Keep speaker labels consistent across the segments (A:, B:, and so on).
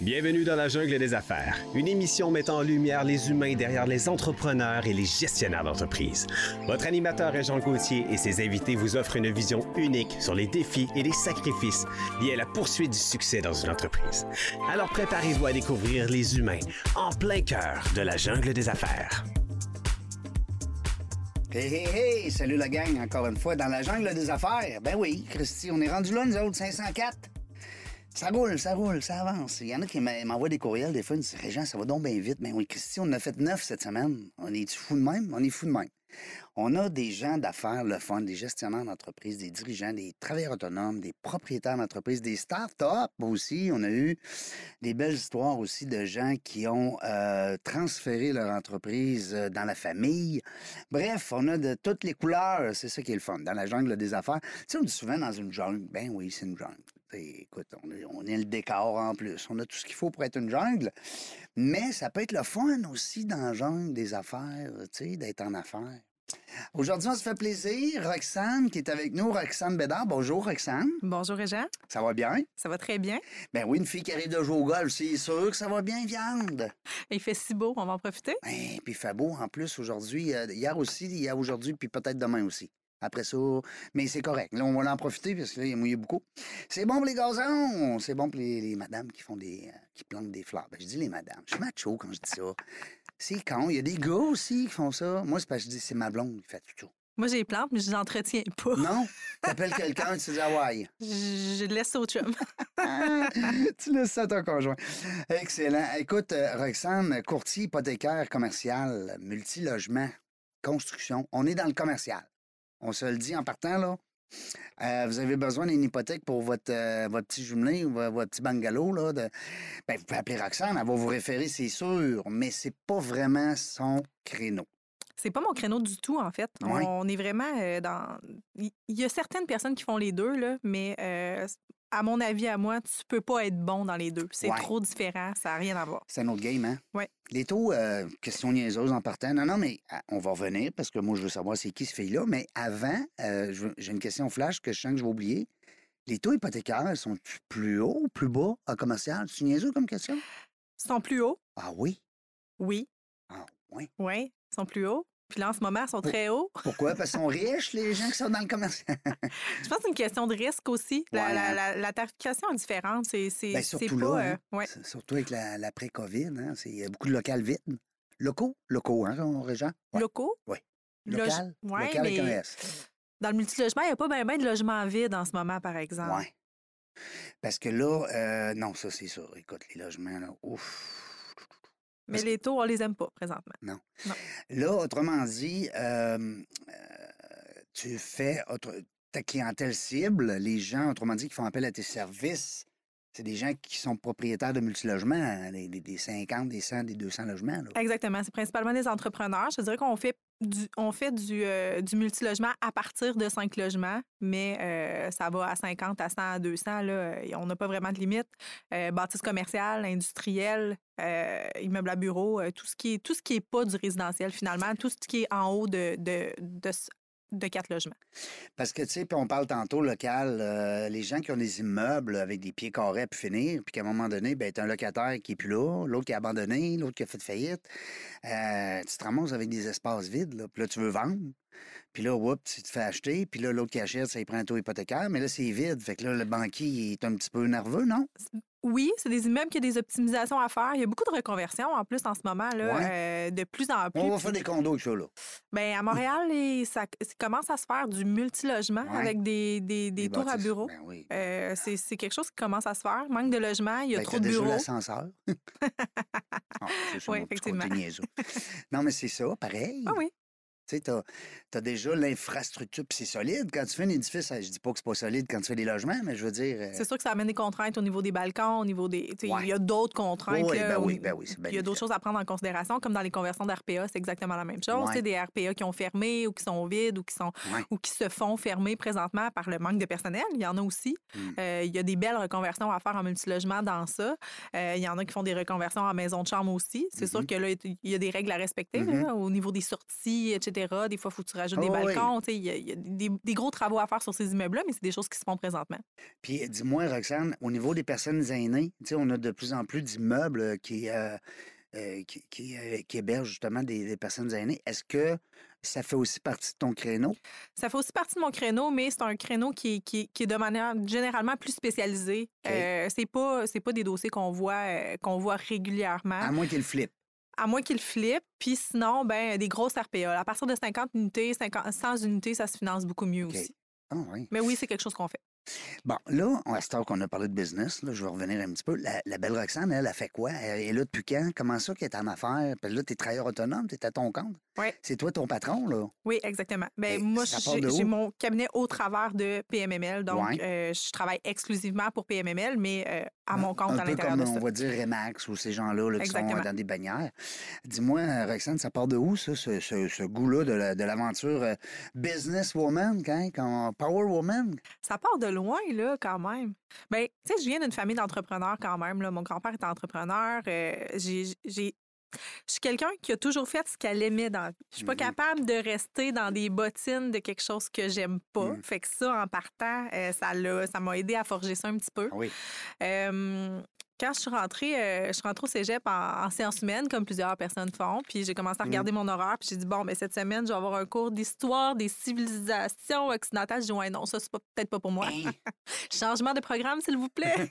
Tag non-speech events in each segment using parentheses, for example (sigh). A: Bienvenue dans la jungle des affaires, une émission mettant en lumière les humains derrière les entrepreneurs et les gestionnaires d'entreprise. Votre animateur est Jean Gauthier et ses invités vous offrent une vision unique sur les défis et les sacrifices liés à la poursuite du succès dans une entreprise. Alors préparez-vous à découvrir les humains en plein cœur de la jungle des affaires.
B: Hey, hey, hey! Salut la gang, encore une fois, dans la jungle des affaires. Ben oui, Christy, on est rendu là, nous autres, 504. Ça roule, ça roule, ça avance. Il y en a qui m'a- m'envoient des courriels, des fois, ils me disent Régent, ça va donc bien vite. Mais oui, Christy, on en a fait neuf cette semaine. On est fou de même? On est fou de même. On a des gens d'affaires, le fun, des gestionnaires d'entreprise, des dirigeants, des travailleurs autonomes, des propriétaires d'entreprise, des start-up aussi. On a eu des belles histoires aussi de gens qui ont euh, transféré leur entreprise euh, dans la famille. Bref, on a de toutes les couleurs. C'est ça qui est le fun. Dans la jungle des affaires, tu sais, on dit souvent dans une jungle, ben oui, c'est une jungle. Tu sais, Écoute, on est, on est le décor en plus. On a tout ce qu'il faut pour être une jungle. Mais ça peut être le fun aussi dans la jungle des affaires, tu sais, d'être en affaires. Aujourd'hui, on se fait plaisir. Roxane qui est avec nous, Roxane Bédard. Bonjour, Roxane.
C: Bonjour Réjean,
B: Ça va bien?
C: ça va très bien.
B: Ben oui, une fille qui arrive de jouer au golf, c'est sûr que ça va bien, viande.
C: Il fait si beau, on va en profiter.
B: Ben, puis il fait beau en plus aujourd'hui, euh, hier aussi, il y a aujourd'hui, puis peut-être demain aussi. Après ça, mais c'est correct. Là, on va en profiter parce que là, il a mouillé beaucoup. C'est bon pour les gazons, c'est bon pour les, les madames qui font des, euh, qui plantent des fleurs. Ben, je dis les madames, je suis macho quand je dis ça. C'est con, il y a des gars aussi qui font ça. Moi, c'est parce que je dis c'est ma blonde qui fait tout ça.
C: Moi, j'ai les plantes, mais je les entretiens pas.
B: Non, t'appelles quelqu'un, tu dis ah Hawaï.
C: (laughs) Je je les laisse au chum.
B: Ah, (laughs) tu laisses ça à ton conjoint. Excellent. Écoute, euh, Roxane, courtier hypothécaire commercial, multilogement, construction. On est dans le commercial. On se le dit en partant, là. Euh, vous avez besoin d'une hypothèque pour votre, euh, votre petit jumelé ou vo- votre petit bungalow. Là, de... ben, vous pouvez appeler Roxane, elle va vous référer, c'est sûr, mais c'est pas vraiment son créneau.
C: (laughs) C'est pas mon créneau du tout, en fait. On,
B: Oui.
C: on est vraiment euh, dans. Il il y a certaines personnes qui font les deux, là, mais euh, à mon avis, à moi, tu peux pas être bon dans les deux. C'est
B: Ouais.
C: trop différent, ça n'a rien à voir.
B: C'est un autre game, hein?
C: Ouais.
B: Les taux, euh, question niaiseuse en partant. Non, non, mais ah, on va revenir parce que moi, je veux savoir c'est qui ce fille-là. Mais avant, euh, je veux- j'ai une question flash que je sens que je vais oublier. Les taux hypothécaires sont plus hauts, plus bas en commercial? C'est niaiseux comme question?
C: Ils sont plus hauts,
B: Ah oui?
C: oui.
B: Ah oui?
C: Oui, ils sont plus hauts. Puis là, en ce moment, ils sont très hauts. (laughs)
B: Pourquoi? Parce qu'ils sont riches, les gens qui sont dans le commercial.
C: Je pense que c'est une question de risque aussi. La,
B: Ouais,
C: la-
B: hein.
C: la- la tarification est différente. C'est c'est-
B: Ben,
C: c'est
B: surtout
C: pas.
B: là, hein.
C: euh, ouais.
B: S- (laughs) Surtout avec la- l'après-COVID, hein? C'est- Il y a beaucoup de locales vides. Locaux? Locaux, hein, Régent? Ouais.
C: Locaux?
B: Ouais.
C: Loge-
B: Local?
C: Ouais,
B: local avec un
C: mais-
B: S.
C: Dans le multilogement, il n'y a pas bien de logements vides en ce moment, par exemple.
B: Oui. Parce que là, euh, non, ça, c'est sûr. Écoute, les logements, là, ouf.
C: Mais
B: Parce
C: les taux, on les aime pas présentement.
B: Là, autrement dit, euh, euh, tu fais autre- ta clientèle cible, les gens, autrement dit, qui font appel à tes services, c'est des gens qui sont propriétaires de multilogements, hein, des, des- des 50, des 100, des 200 logements. là.
C: Exactement. C'est principalement des entrepreneurs. Je dirais qu'on fait du, on fait du, euh, du multilogement à partir de 5 logements, mais euh, ça va à 50, à 100, à 200. Là, euh, on n'a pas vraiment de limite. Euh, bâtisse commerciale, industrielle, euh, immeuble à bureau, euh, tout ce qui est tout ce qui est pas du résidentiel finalement, tout ce qui est en haut de, de, de, s- de 4 logements.
B: Parce que, tu sais, puis on parle tantôt local, euh, les gens qui ont des immeubles avec des pieds carrés pour finir, puis qu'à un moment donné, ben, t'as un locataire qui est plus là, l'autre qui a abandonné, l'autre qui a fait faillite. Euh, tu te ramasses avec des espaces vides, là, puis là, tu veux vendre. Puis là, oups, tu te fais acheter, puis là, l'autre qui achète, ça, il prend un taux hypothécaire, mais là, c'est vide. Fait que là, le banquier, il est un petit peu nerveux, non?
C: Oui, c'est des immeubles qui ont des optimisations à faire. Il y a beaucoup de reconversions en plus en ce moment, là, euh, de plus en plus.
B: On va
C: Puis-
B: faire des condos avec ça, là.
C: Ben, à Montréal, les- ça, ça commence à se faire du multilogement
B: Ouais.
C: avec des, des, des tours à
B: bâtisses.
C: bureaux.
B: Ben oui.
C: Euh, c'est c'est quelque chose qui commence à se faire. Manque de logement, il y a
B: Ben,
C: trop
B: t'as
C: de
B: déjà
C: bureaux. (laughs)
B: l'ascenseur. Ah, c'est ça,
C: Ouais,
B: mon petit côté
C: effectivement.
B: niaiseux. non, mais c'est ça, pareil.
C: Ah oui,
B: Tu sais, t'as as déjà l'infrastructure, puis c'est solide. Quand tu fais un édifice, je dis pas que c'est pas solide quand tu fais des logements, mais je veux dire. euh,
C: c'est sûr que ça amène des contraintes au niveau des balcons, au niveau des. tu sais, Il
B: Ouais.
C: y a d'autres contraintes.
B: Oui,
C: là,
B: ben
C: au-
B: oui, ben oui, c'est bien
C: hein, Il y a d'autres
B: évident.
C: choses à prendre en considération, comme dans les conversions d'RPA, c'est exactement la même chose.
B: Ouais.
C: C'est des RPA qui ont fermé ou qui sont vides ou qui, sont,
B: Ouais.
C: ou qui se font fermer présentement par le manque de personnel. Il y en a aussi.
B: Mm.
C: Euh, il y a des belles reconversions à faire en multilogement dans ça. Euh, il y en a qui font des reconversions en maison de chambre aussi. C'est sûr
B: Mhm.
C: que là, il y a des règles à respecter
B: Mhm.
C: là, au niveau des sorties, etc. etc. Des fois, il faut que tu rajoutes des
B: Oh, oui.
C: balcons. tu sais, Il y a, il y a des, des gros travaux à faire sur ces immeubles-là, mais c'est des choses qui se font présentement.
B: Puis dis-moi, Roxane, au niveau des personnes aînées, tu sais, on a de plus en plus d'immeubles euh, qui, euh, euh, qui, qui, euh, qui hébergent justement des, des personnes aînées. Est-ce que ça fait aussi partie de ton créneau?
C: Ça fait aussi partie de mon créneau, mais c'est un créneau qui, est- qui, est- qui est de manière généralement plus spécialisée.
B: OK.
C: Euh, c'est pas c'est pas des dossiers qu'on voit euh, qu'on voit régulièrement,
B: À moins qu'il flippe. Ah.
C: à moins qu'ils flippent. Puis sinon, ben des grosses RPA. À partir de 50 unités, 50 100 unités, ça se finance beaucoup mieux
B: OK.
C: aussi.
B: Ah oui.
C: Mais oui, c'est quelque chose qu'on fait.
B: Bon, là, on- à cette heure qu'on a parlé de business, là, je vais revenir un petit peu. La, la belle Roxane, elle, a fait quoi? Elle est là depuis quand? Comment ça qu'elle est en affaires? Puis là, t'es travailleur autonome, t'es à ton compte.
C: Ouais.
B: C'est toi ton patron, là.
C: Oui, exactement.
B: Et
C: Ben, moi,
B: ça part de
C: j'ai j'ai
B: où?
C: mon cabinet au travers de PMML, donc
B: Ouais.
C: euh, je travaille exclusivement pour PMML, mais euh, à mon compte
B: Un
C: à
B: peu
C: l'intérieur
B: comme,
C: de
B: on
C: ça.
B: va dire, Remax ou ces gens-là là, qui sont
C: Exactement.
B: euh, dans des bannières. Dis-moi, euh, Roxane, ça part de où, ça, ce, ce- ce goût-là de la- de l'aventure euh, businesswoman, quand, quand power woman?
C: Ça part de loin, là, quand même. Ben, tu sais, je viens d'une famille d'entrepreneurs quand même. Là. Mon grand-père était entrepreneur. euh, j'ai, j'ai- je suis quelqu'un qui a toujours fait ce qu'elle aimait dans la vie. Je suis pas
B: Mhm.
C: capable de rester dans des bottines de quelque chose que j'aime pas.
B: Mhm.
C: Fait que ça, en partant, euh, ça, l'a- ça m'a aidé à forger ça un petit peu.
B: Ah oui.
C: Euh, quand je suis rentrée, euh, je suis rentrée au cégep en, en séance humaine, comme plusieurs personnes font. Puis j'ai commencé à
B: Mhm.
C: regarder mon horaire. Puis j'ai dit, bon, mais cette semaine, je vais avoir un cours d'histoire des civilisations occidentales. J'ai dit, ouais, non, ça, c'est pas- peut-être pas pour moi.
B: Hein?
C: (laughs) Changement de programme, s'il vous plaît.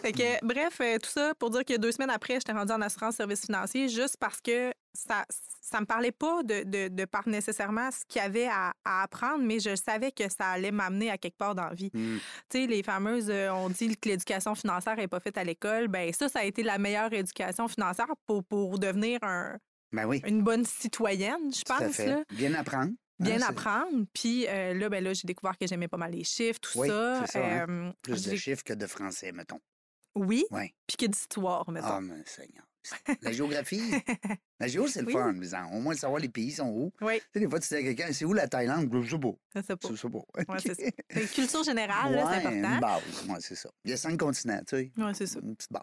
C: Fait que, bref, euh, tout ça pour dire que deux semaines après, j'étais rendue en assurance service financier juste parce que ça ça me parlait pas de, de, de par nécessairement ce qu'il y avait à, à apprendre, mais je savais que ça allait m'amener à quelque part dans la vie.
B: Hmm.
C: Tu sais, les fameuses, euh, on dit que l'éducation financière n'est pas faite à l'école. Ben ça, ça a été la meilleure éducation financière pour, pour devenir un-
B: Ben oui,
C: une bonne citoyenne, je
B: tout à
C: pense.
B: fait.
C: là
B: Bien apprendre. hein,
C: bien
B: c'est-
C: apprendre. Puis euh, là, ben là, j'ai découvert que j'aimais pas mal les chiffres, tout
B: Oui,
C: ça.
B: c'est ça, hein.
C: Euh,
B: Plus de
C: j'ai-
B: chiffres que de français, mettons.
C: Oui,
B: Ouais.
C: puis que d'histoire, mettons.
B: Ah, mon Seigneur. La
C: (laughs)
B: géographie. la géo, c'est le
C: Oui.
B: fun, mais au moins de savoir les pays sont où.
C: Oui,
B: Tu sais, des fois, tu dis à quelqu'un, c'est où la Thaïlande? Je sais pas.
C: ça c'est pas.
B: Je sais pas.
C: Ouais,
B: (laughs)
C: c'est ça.
B: Ok.
C: Fait que culture générale, là, c'est
B: Ouais,
C: important.
B: Une base, ouais, c'est ça. Il y a cinq continents, tu sais.
C: Oui, c'est ça.
B: Une petite base.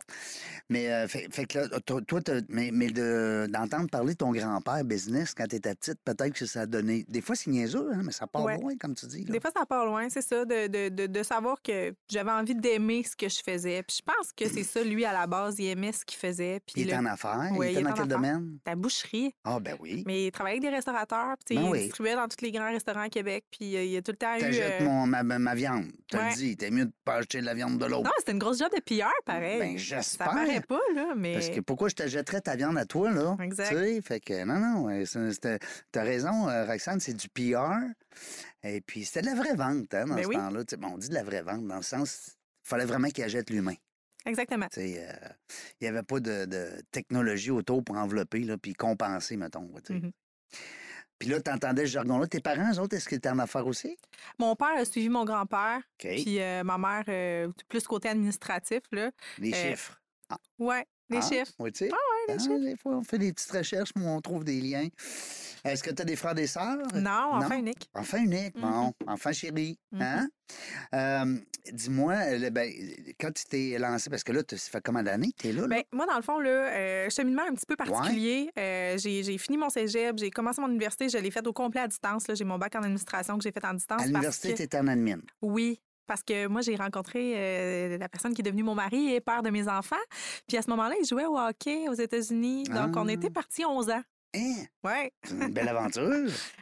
B: Mais euh, fait, fait que là, to- toi, t'as- mais, mais de- d'entendre parler de ton grand-père business quand t'étais petite, peut-être que ça a donné. Des fois, c'est niaiseux, hein, mais ça part
C: Ouais.
B: loin, comme tu dis. là.
C: Des fois, ça part loin, c'est ça, de, de, de, de savoir que j'avais envie d'aimer ce que je faisais. Puis je pense que c'est ça, lui, à la base, il aimait ce qu'il faisait.
B: il
C: Puis
B: était
C: là,
B: en affaires.
C: Ouais,
B: il était
C: il est
B: dans
C: en
B: quel
C: affaires.
B: domaine?
C: la boucherie,
B: Ah, ben oui.
C: mais il travaillait avec des restaurateurs. Puis tu sais,
B: Ben
C: il
B: oui.
C: distribuait dans tous les grands restaurants à Québec. Puis euh, il y a tout le temps eu...
B: T'achètes
C: euh,
B: mon- ma, ma- ma viande. Tu
C: ouais.
B: le dis, t'es mieux de pas acheter de la viande de l'autre.
C: Non, c'était une grosse job de pilleur, pareil.
B: Ben,
C: ça
B: j'espère.
C: paraît pas, là, mais...
B: Parce que pourquoi je t'achèterais ta viande à toi, là?
C: Exact.
B: Tu sais, fait que non, non, euh, c'est- c'était- t'as raison, euh, Roxane, c'est du PR. Et puis, c'était de la vraie vente, hein, dans
C: Ben
B: ce
C: oui.
B: temps-là. Tu sais, bon, on dit de la vraie vente, dans le sens, il fallait vraiment qu'il achète l'humain.
C: Exactement.
B: Tu sais, euh, il n'y avait pas de, de technologie autour pour envelopper, là, puis compenser, mettons. tu sais.
C: Mhm.
B: Puis là, t'entendais ce jargon-là. Tes parents, eux autres, est-ce qu'ils étaient en affaires aussi?
C: Mon père a suivi mon grand-père,
B: OK.
C: puis euh, ma mère, euh, plus côté administratif, là.
B: les
C: euh,
B: chiffres.
C: Ouais, les
B: Ah,
C: chiffres.
B: Oui, tu sais.
C: les
B: Ah,
C: chiffres.
B: Des fois, on fait des petites recherches, mais on trouve des liens. Est-ce que tu as des frères et des sœurs?
C: Non, enfin, Nick.
B: Enfant unique,
C: Mhm.
B: bon, enfant chéri.
C: Mmh
B: Hein? Euh, Dis-moi, le- ben, quand tu t'es lancé, parce que là, t'as- ça fait combien d'années que tu es là? là?
C: Ben, moi, dans le fond, là, euh, cheminement un petit peu particulier. Euh, j'ai j'ai fini mon cégep, j'ai commencé mon université, je l'ai faite au complet à distance. là. J'ai mon bac en administration que j'ai fait en distance.
B: à
C: parce
B: l'université,
C: que-
B: tu en admin.
C: Oui. Parce que moi, j'ai rencontré euh, la personne qui est devenue mon mari et père de mes enfants. Puis à ce moment-là, il jouait au hockey aux États-Unis. Donc, on
B: Ah.
C: était partis 11 ans.
B: Hein?
C: Ouais.
B: C'est une belle aventure.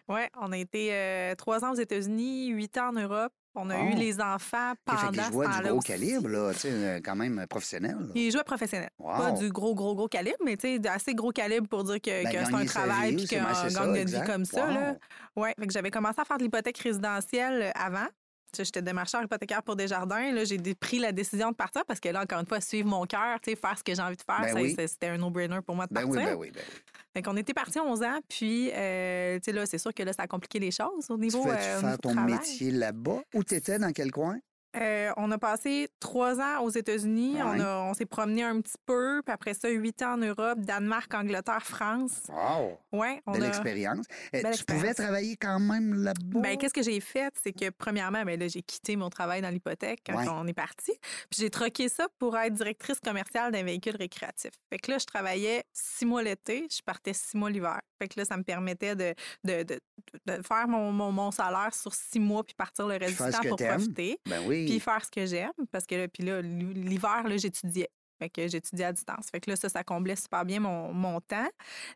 C: Oui, on a été euh, trois ans aux États-Unis, huit ans en Europe. On a eu
B: Oh.
C: les enfants
B: Qui fait
C: pendant
B: que les
C: ce
B: joueurs du
C: temps-là
B: gros
C: aussi.
B: calibre, là, tu sais, euh, quand même euh, professionnel. là.
C: Il jouait professionnel.
B: Wow.
C: Pas du gros, gros, gros calibre, mais tu sais, d'assez gros calibre pour dire que,
B: Ben,
C: que c'est un
B: gagner sa vie
C: travail puis
B: aussi, ben,
C: qu'on
B: c'est ça,
C: gagne notre vie
B: exact.
C: comme ça. là.
B: Wow.
C: Oui, fait que j'avais commencé à faire de l'hypothèque résidentielle euh, avant. Tu sais, J'étais démarcheur hypothécaire pour Desjardins. Là, j'ai dé- pris la décision de partir parce que là, encore une fois, suivre mon cœur, tu sais, faire ce que j'ai envie de faire,
B: Ben
C: ça,
B: oui.
C: c'est- c'était un no-brainer pour moi de
B: Ben
C: partir.
B: oui, ben oui, ben oui.
C: Fait qu'on était partis 11 ans, puis euh, tu sais, là, c'est sûr que là, ça a compliqué les choses au
B: Tu
C: niveau,
B: fais
C: euh, au
B: faire
C: niveau
B: ton
C: travail.
B: métier là-bas? Où tu étais? Dans quel coin?
C: Euh, on a passé trois ans aux États-Unis.
B: Ouais.
C: On, a- on s'est promené un petit peu. Puis après ça, huit ans en Europe, Danemark, Angleterre, France.
B: Wow!
C: Ouais, on
B: Belle
C: a.
B: expérience. Euh, tu
C: Belle
B: pouvais
C: expérience.
B: travailler quand même là-bas?
C: Ben, qu'est-ce que j'ai fait? C'est que, premièrement, ben là, j'ai quitté mon travail dans l'hypothèque quand
B: Ouais.
C: on est parti. Puis j'ai troqué ça pour être directrice commerciale d'un véhicule récréatif. Fait que là, je travaillais six mois l'été, je partais six mois l'hiver. Fait que là, ça me permettait de, de, de, de faire mon, mon, mon salaire sur six mois puis partir le
B: Puis
C: reste
B: faire
C: du
B: ce
C: temps
B: que
C: pour
B: t'aimes.
C: profiter.
B: Ben oui.
C: Puis faire ce que j'aime. Parce que là, puis là, l'hiver, là, j'étudiais. Fait que j'étudiais à distance. Fait que là, ça, ça comblait super bien mon, mon temps.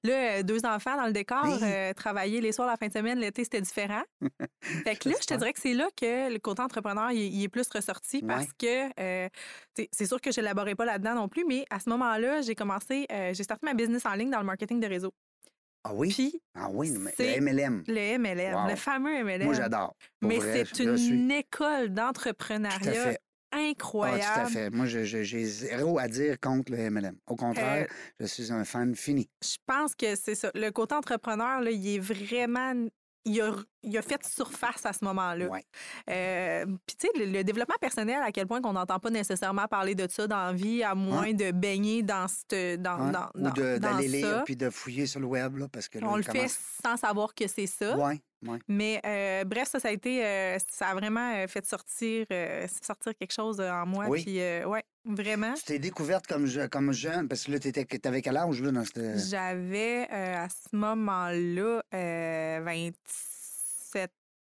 C: Là, euh, deux enfants dans le décor,
B: Oui.
C: euh, travailler les soirs, la fin de semaine, l'été, c'était
B: (laughs)
C: différent. fait que là, je te dirais que c'est là que le côté entrepreneur, il, il est plus ressorti
B: Ouais.
C: parce que euh, t'sais, c'est sûr que je n'élaborais pas là-dedans non plus, mais à ce moment-là, j'ai commencé, euh, j'ai starté ma business en ligne dans le marketing de réseau.
B: Ah oui?
C: Puis
B: Ah oui, non, mais
C: c'est-
B: le MLM.
C: le MLM,
B: Wow.
C: le fameux MLM.
B: Moi, j'adore. Pour
C: mais
B: vrai,
C: c'est
B: je
C: une
B: suis-
C: école
B: Tout à
C: d'entrepreneuriat
B: fait. Ah,
C: incroyable.
B: tout à fait. Moi, je- je- j'ai zéro à dire contre le MLM. Au contraire, je suis un fan fini.
C: Euh, je pense que c'est ça. Le côté entrepreneur, là, il est vraiment. Il a, il a fait surface à ce moment-là.
B: Ouais.
C: Euh, Puis, tu sais, le, le développement personnel, à quel point qu'on n'entend pas nécessairement parler de ça dans la vie, à moins de baigner dans, cette, dans,
B: Hein?
C: ah, dans,
B: Ou
C: dans-
B: de-
C: dans
B: d'aller lire
C: ça.
B: puis de fouiller sur le web, là, parce que là, il
C: On le fait
B: commence...
C: sans savoir que c'est ça.
B: Ouais, ouais.
C: Mais euh, bref, ça, ça a été, euh, ça a vraiment euh, fait sortir, euh, sortir quelque chose euh, en moi.
B: Oui.
C: Puis, euh, ouais, vraiment.
B: Tu t'es découverte comme, je- comme jeune, parce que là, t'étais, t'avais quel âge, là, dans cette...
C: J'avais euh, à ce moment-là euh, 27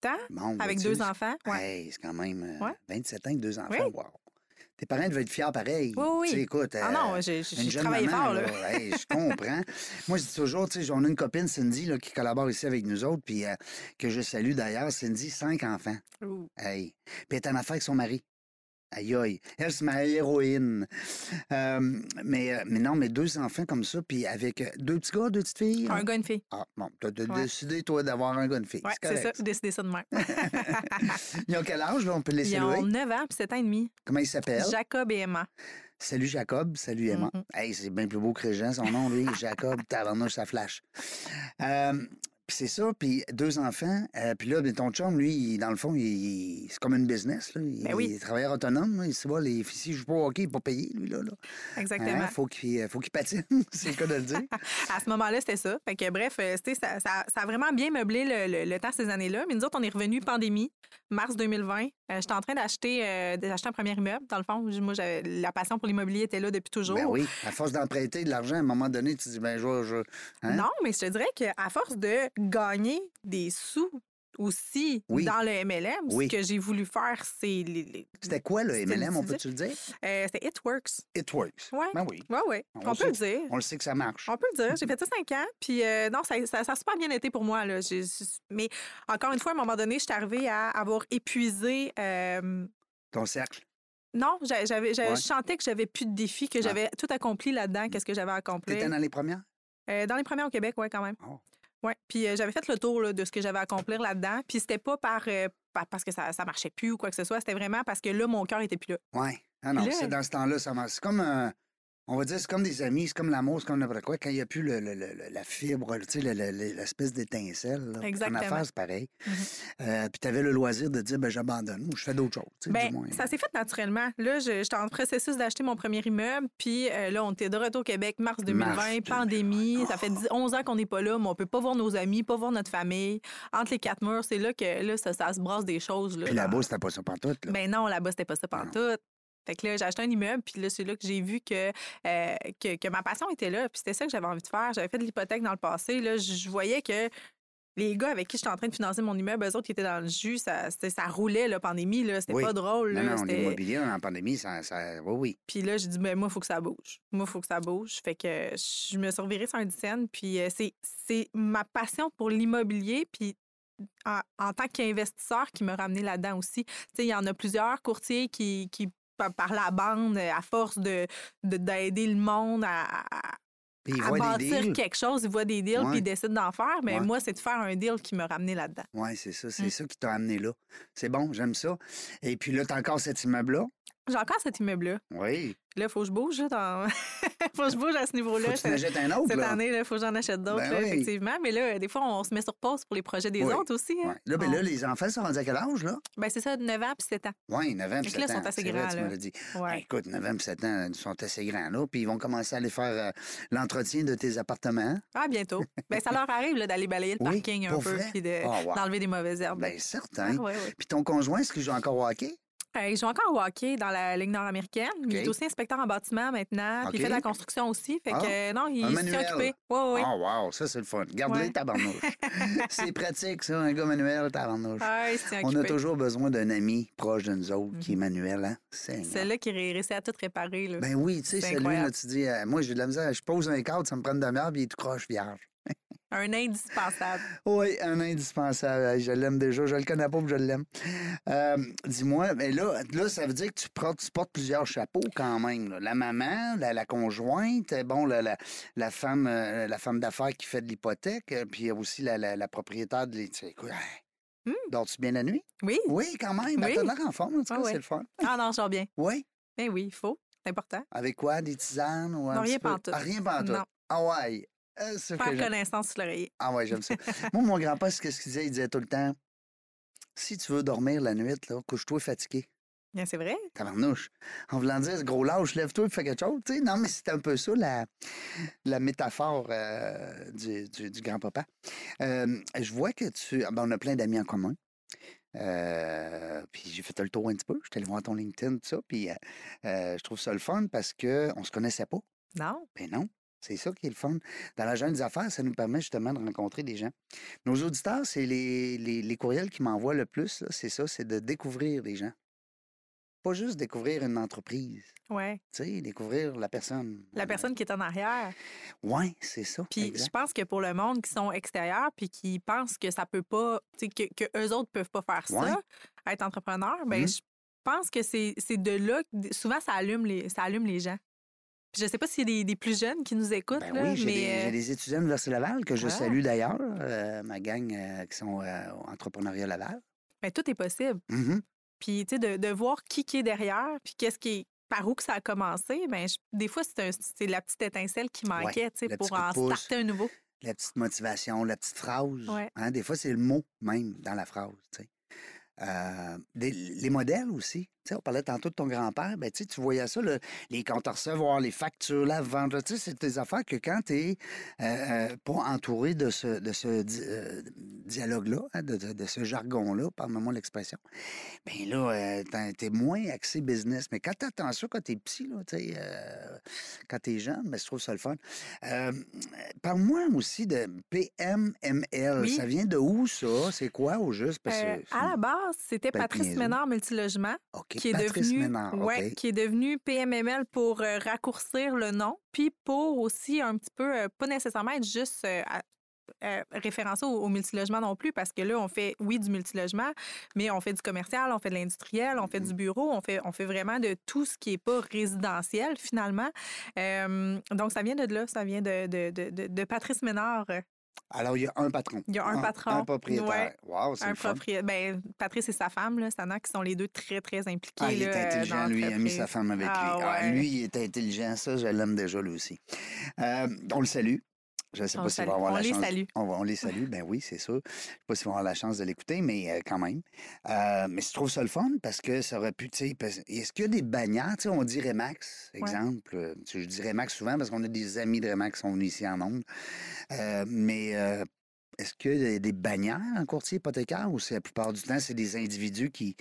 C: ans.
B: Bon,
C: Avec
B: vois-tu,
C: deux enfants. Ouais.
B: Hey, c'est quand même euh,
C: Ouais.
B: 27 ans avec deux enfants.
C: Oui.
B: Wow. Tes parents devaient être fiers pareil.
C: Oui, oui.
B: Tu sais, écoute,
C: Ah
B: euh,
C: non, j'ai
B: une
C: j'ai
B: jeune
C: travaillé
B: maman,
C: fort, là.
B: là, hey, je
C: (laughs)
B: comprends. Moi, je dis toujours, tu sais, on a une copine, Cindy, là, qui collabore ici avec nous autres, puis euh, que je salue d'ailleurs. Cindy, cinq enfants.
C: Ouh.
B: Hey. Puis elle est en affaire avec son mari. Aïe, aïe. Elle, c'est ma héroïne. Euh, mais, euh, mais non, mais deux enfants comme ça, puis avec euh, deux petits gars, deux petites filles.
C: Un
B: hein?
C: gars, une fille.
B: Ah, bon, t'as t'as
C: Ouais.
B: décidé, toi, d'avoir un gars, une fille.
C: Ouais,
B: c'est
C: c'est
B: correct.
C: ça. J'ai décidé ça de même.
B: Ils ont quel âge, là? On peut les
C: Ils
B: saluer.
C: ont 9 ans puis 7 ans et demi.
B: Comment ils s'appellent?
C: Jacob et Emma.
B: Salut Jacob, salut Emma.
C: Mhm.
B: Hey, c'est bien plus beau que Régent, son nom,
C: (laughs)
B: lui, Jacob, tabarnouche, ça flash. Euh, puis c'est ça, puis deux enfants, euh, puis là, ben, ton chum, lui, il- dans le fond, il, il- c'est comme une business, là. Il,
C: Ben oui.
B: il est travailleur autonome, là. il se voit, les fils, je joue pas au hockey, il est pas payé, lui, là. là.
C: Exactement.
B: Hein, faut qu'il faut qu'il patine, (laughs) c'est le cas de le
C: (laughs)
B: dire.
C: À ce moment-là, c'était ça. Fait que bref, euh, c'était- ça, ça- ça a vraiment bien meublé le, le- le temps ces années-là. Mais nous autres, on est revenus pandémie, mars 2020. Euh, J'étais en train d'acheter euh, d'acheter un premier immeuble. Dans le fond, j- moi, j'avais- la passion pour l'immobilier était là depuis toujours.
B: Ben oui, à force d'emprunter de l'argent, à un moment donné, tu dis, ben, je vais- je- Hein?
C: Non, mais je te dirais qu'à force de gagner des sous aussi
B: Oui.
C: dans le MLM,
B: Oui.
C: ce que j'ai voulu faire, c'est. les- les-
B: C'était quoi, le
C: C'était
B: MLM, on
C: difficile.
B: peut-tu le dire?
C: Euh, C'était It Works.
B: It works.
C: Ouais. Oh.
B: Ben oui,
C: Ouais, ouais.
B: On
C: On,
B: le
C: peut le
B: sait.
C: dire.
B: on le sait que ça marche.
C: On peut le
B: (laughs)
C: dire. J'ai fait ça cinq ans. Puis, euh, non, ça, ça, ça a super bien été pour moi. Là. J'ai- j'ai- mais encore une fois, à un moment donné, je suis arrivée à avoir épuisé. euh,
B: Ton cercle.
C: non, j'a- j'avais, j'avais-
B: Ouais. Ah.
C: je sentais que j'avais plus de défis, que j'avais tout accompli là-dedans, qu'est-ce que j'avais accompli.
B: T'étais dans les premières?
C: Euh, dans les premiers au Québec, oui, quand même.
B: Oh.
C: Ouais. Puis euh, j'avais fait le tour là, de ce que j'avais à accomplir là-dedans. Puis c'était pas par, euh, par- parce que ça, ça marchait plus ou quoi que ce soit. C'était vraiment parce que là, mon cœur était plus là.
B: Oui. Ah non,
C: Puis là-
B: c'est dans ce temps-là, ça marche. C'est comme, euh, on va dire, c'est comme des amis, c'est comme l'amour, c'est comme n'importe quoi. Quand il n'y a plus le, le- le- le- la fibre, tu sais, le- le- le- l'espèce d'étincelle. là.
C: Exactement.
B: En affaires, c'est pareil.
C: Mhm.
B: Euh, puis tu avais le loisir de dire, ben j'abandonne ou je fais d'autres choses, tu sais,
C: Ben,
B: du moins.
C: ça s'est fait naturellement. Là, je- j'étais en processus d'acheter mon premier immeuble, puis euh, là, on était de retour au Québec, mars 2020,
B: Mars Ah. 2020.
C: pandémie. Ça fait 10 11 ans qu'on n'est pas là, mais on peut pas voir nos amis, pas voir notre famille. Entre les quatre murs, c'est là que là, ça, ça se brasse des choses. Là,
B: Puis là-bas, c'était pas ça pantoute, là.
C: Ben non, là-bas, c'était pas ça
B: Non.
C: pantoute. Fait que là, j'ai acheté un immeuble, puis là, c'est là que j'ai vu que, euh, que, que ma passion était là, puis c'était ça que j'avais envie de faire. J'avais fait de l'hypothèque dans le passé. Là, je je voyais que les gars avec qui j'étais en train de financer mon immeuble, eux autres qui étaient dans le jus, ça, c'était- ça roulait, la pandémie, là. C'était
B: Oui.
C: pas drôle,
B: non,
C: là.
B: non,
C: C'était-
B: l'immobilier en pandémie, ça, ça- Oui, oui.
C: puis là, j'ai dit, ben moi, il faut que ça bouge. Moi, il faut que ça bouge. Fait que je me suis revirée sur un dizaine. Puis euh, c'est, c'est ma passion pour l'immobilier. Puis en, en tant qu'investisseur qui m'a ramené là-dedans aussi. Tu sais, il y en a plusieurs courtiers qui, qui par par la bande, euh, à force de, de- d'aider le monde à, à-
B: Puis ils
C: à
B: voient des
C: bâtir
B: deals.
C: quelque chose, ils voient des deals,
B: Ouais.
C: puis ils décident d'en faire. Mais
B: Ouais.
C: moi, c'est de faire un deal qui m'a ramené là-dedans.
B: Oui, c'est ça. C'est
C: Mm.
B: ça qui t'a amené là. C'est bon, j'aime ça. Et puis là, t'as encore cet immeuble-là.
C: J'ai encore cet immeuble-là.
B: Oui.
C: Là, il faut que je bouge. là, Dans... (laughs) faut que je bouge à ce niveau-là.
B: Faut que tu
C: Cette-
B: en jettes un autre,
C: Cette
B: là.
C: année, il faut que j'en achète d'autres,
B: Ben
C: là,
B: oui.
C: effectivement. Mais là, euh, des fois, on se met sur pause pour les projets des
B: Oui.
C: autres aussi. hein.
B: Ouais. Là, ben
C: On-
B: là, les enfants sont rendus à quel âge, là?
C: Ben, c'est ça, 9 ans puis 7 ans.
B: Oui, 9 ans,
C: Fait
B: puis
C: que là,
B: 7
C: ils
B: ans.
C: sont assez
B: C'est vrai,
C: grands,
B: tu me
C: là.
B: l'as dit. Ben,
C: Ouais.
B: écoute, 9 ans, puis 7 ans, ils sont assez grands, là, puis ils vont commencer à aller faire euh, l'entretien de tes appartements.
C: Ah, bientôt. ben, ça leur arrive là, d'aller balayer le
B: Oui,
C: parking un
B: pour
C: peu
B: vrai?
C: puis de-
B: Ah, wow. Ben, hein?
C: d'enlever des mauvaises herbes.
B: Bien,
C: Ah,
B: certain.
C: ouais, ouais.
B: Puis ton conjoint, est-ce qu'il joue encore au hockey?
C: Euh, il joue encore au hockey dans la Ligue nord-américaine. Il
B: OK.
C: est aussi inspecteur en bâtiment maintenant. Puis il
B: OK.
C: fait de la construction aussi. Fait
B: Ah.
C: que euh, non, il
B: Un
C: s'est
B: manuel.
C: occupé. Oui, oui.
B: Ah, wow, ça, c'est le fun. Garde-les,
C: Ouais.
B: tabarnouche.
C: (laughs)
B: c'est pratique, ça, un gars manuel, tabarnouche.
C: Ah, il s'est
B: On a
C: occupé. Mhm.
B: toujours besoin d'un ami proche de nous autres qui est manuel, hein? C'est
C: C'est là qu'il ré- réussit à tout réparer. Là.
B: Ben oui, tu sais,
C: C'est
B: celui là,
C: incroyable.
B: tu dis, euh, moi, j'ai de la misère, je pose un cadre, ça me prend une demi-heure, puis il est tout croche vierge.
C: Un indispensable.
B: Oui, un indispensable. Hey, Je l'aime déjà, je le connais pas, mais je l'aime. Euh, Dis-moi, mais là, là, ça veut dire que tu portes, tu portes plusieurs chapeaux quand même. là. La maman, la, la conjointe, bon, la, la, la femme, euh, la femme d'affaires qui fait de l'hypothèque, euh, puis il y a aussi la, la, la propriétaire de l'é- tu sais, écoute, hey,
C: Hmm.
B: Dors-tu bien la nuit?
C: Oui.
B: Oui, quand même. Ben,
C: Oui.
B: T'as l'air en forme, en tout
C: Ah
B: cas,
C: ouais.
B: c'est le fun.
C: Ah non, je sors bien.
B: Oui.
C: Ben oui, il faut. C'est important.
B: Avec quoi? Des tisanes ou un
C: Non,
B: petit
C: rien
B: peu?
C: pantoute.
B: Ah, rien pantoute.
C: Non.
B: Ah ouais. Euh, c'est
C: Faire
B: que j'aime.
C: connaissance sur l'oreiller.
B: Ah ouais, j'aime ça. Moi, mon grand-père, c'est qu'est-ce qu'il disait? Il disait tout le temps, si tu veux dormir la nuit, là, couche-toi fatigué.
C: Bien, c'est vrai.
B: Tabarnouche. En voulant dire, ce gros lâche, lève-toi et fais quelque chose. tu sais. non, mais c'est un peu ça, la, la métaphore euh, du, du- du grand-papa. Euh, je vois que tu... ah, ben, on a plein d'amis en commun. Euh, puis j'ai fait le tour un petit peu. Je suis allé voir ton LinkedIn, tout ça. Puis euh, euh, je trouve ça le fun parce qu'on se connaissait pas.
C: Non.
B: Ben non. C'est ça qui est le fun. Dans la jeune des affaires, ça nous permet justement de rencontrer des gens. Nos auditeurs, c'est les, les- les courriels qui m'envoient le plus. là, C'est ça, c'est de découvrir des gens. Pas juste découvrir une entreprise,
C: Ouais.
B: tu sais, découvrir la personne.
C: La personne qui est en arrière.
B: Oui, c'est ça.
C: Puis je
B: exact.
C: pense que pour le monde qui sont extérieurs puis qui pensent que ça peut pas, tu sais, que, que eux autres peuvent pas faire
B: Ouais.
C: ça, être entrepreneur, ben
B: Mhm.
C: je pense que c'est c'est de là que souvent ça allume les ça allume les gens. Puis je sais pas s'il y a des, des plus jeunes qui nous écoutent
B: Ben
C: là,
B: oui, j'ai des,
C: mais
B: j'ai
C: euh,
B: des étudiants de l'Université Laval que je
C: Ah.
B: salue d'ailleurs, euh, ma gang euh, qui sont euh, au entrepreneuriat Laval.
C: ben, tout est possible.
B: Mhm.
C: Puis tu sais de, de voir qui qui est derrière puis qu'est-ce qui est par où que ça a commencé, ben je- des fois c'est un- c'est la petite étincelle qui manquait, tu
B: le
C: sais, pour
B: petit coup de
C: en
B: pouce.
C: starter un nouveau.
B: la petite motivation, la petite phrase.
C: Ouais.
B: hein, des fois, c'est le mot même dans la phrase. tu sais. Euh, des- les modèles aussi. Tu sais, on parlait tantôt de ton grand-père. Ben, tu sais, tu voyais ça, le- les comptes à recevoir, les factures, la vente. là, tu sais, C'est des affaires que quand tu n'es pas entouré de ce, de ce di- euh, dialogue-là, hein, de, de- de ce jargon-là, pardonne-moi l'expression, ben là, tu es moins axé business. Mais quand tu attends ça, quand tu es petit, là, tu sais, euh, quand tu es jeune, ben, je trouve ça le fun. Euh, Parle-moi aussi de PMML.
C: Oui.
B: Ça vient de où, ça? C'est quoi, au juste? Parce que
C: Euh,
B: c'est-
C: à la base, c'était
B: belle
C: Patrice
B: niaiserie.
C: Ménard Multilogement.
B: OK,
C: qui est
B: Patrice
C: devenu
B: Ménard,
C: ouais,
B: OK.
C: qui est devenu PMML pour euh, raccourcir le nom, puis pour aussi un petit peu euh, pas nécessairement être juste euh, à- euh, référencé au, au multilogement non plus parce que là on fait oui du multilogement, mais on fait du commercial, on fait de l'industriel, on fait
B: Mm-hmm.
C: du bureau, on fait on fait vraiment de tout ce qui est pas résidentiel finalement. Euh, donc ça vient de là, ça vient de de, de- de- de Patrice Ménard, euh,
B: Alors, il y a un patron.
C: Il y a un patron,
B: Un propriétaire.
C: ouais.
B: Wow, c'est
C: un
B: le fun.
C: propriétaire. Ben, Patrice et sa femme là, Sana qui sont les deux très très impliqués
B: Ah, il est
C: là, euh,
B: intelligent,
C: dans
B: lui. Il a mis
C: l'entreprise.
B: sa femme avec
C: Ah,
B: lui. Ah,
C: ouais.
B: lui, il est intelligent. Ça, je l'aime déjà, lui aussi. Euh, on le salue. Je ne sais
C: On
B: pas
C: le
B: s'il va
C: salue.
B: avoir
C: On
B: la
C: les
B: chance.
C: salue.
B: On, va- on les salue, ben oui, c'est sûr. Je ne sais pas s'il va avoir la chance de l'écouter, mais euh, quand même. Euh, mais je trouve ça le fun parce que ça aurait pu, tu sais, parce- est-ce qu'il y a des bannières, tu sais, on dit Remax, exemple. euh, tu sais, Je dis Remax souvent parce qu'on a des amis de Remax qui sont venus ici en ondes. Euh, mais euh, est-ce qu'il y a des bannières en courtier hypothécaire ou c'est la plupart du temps, c'est des individus qui,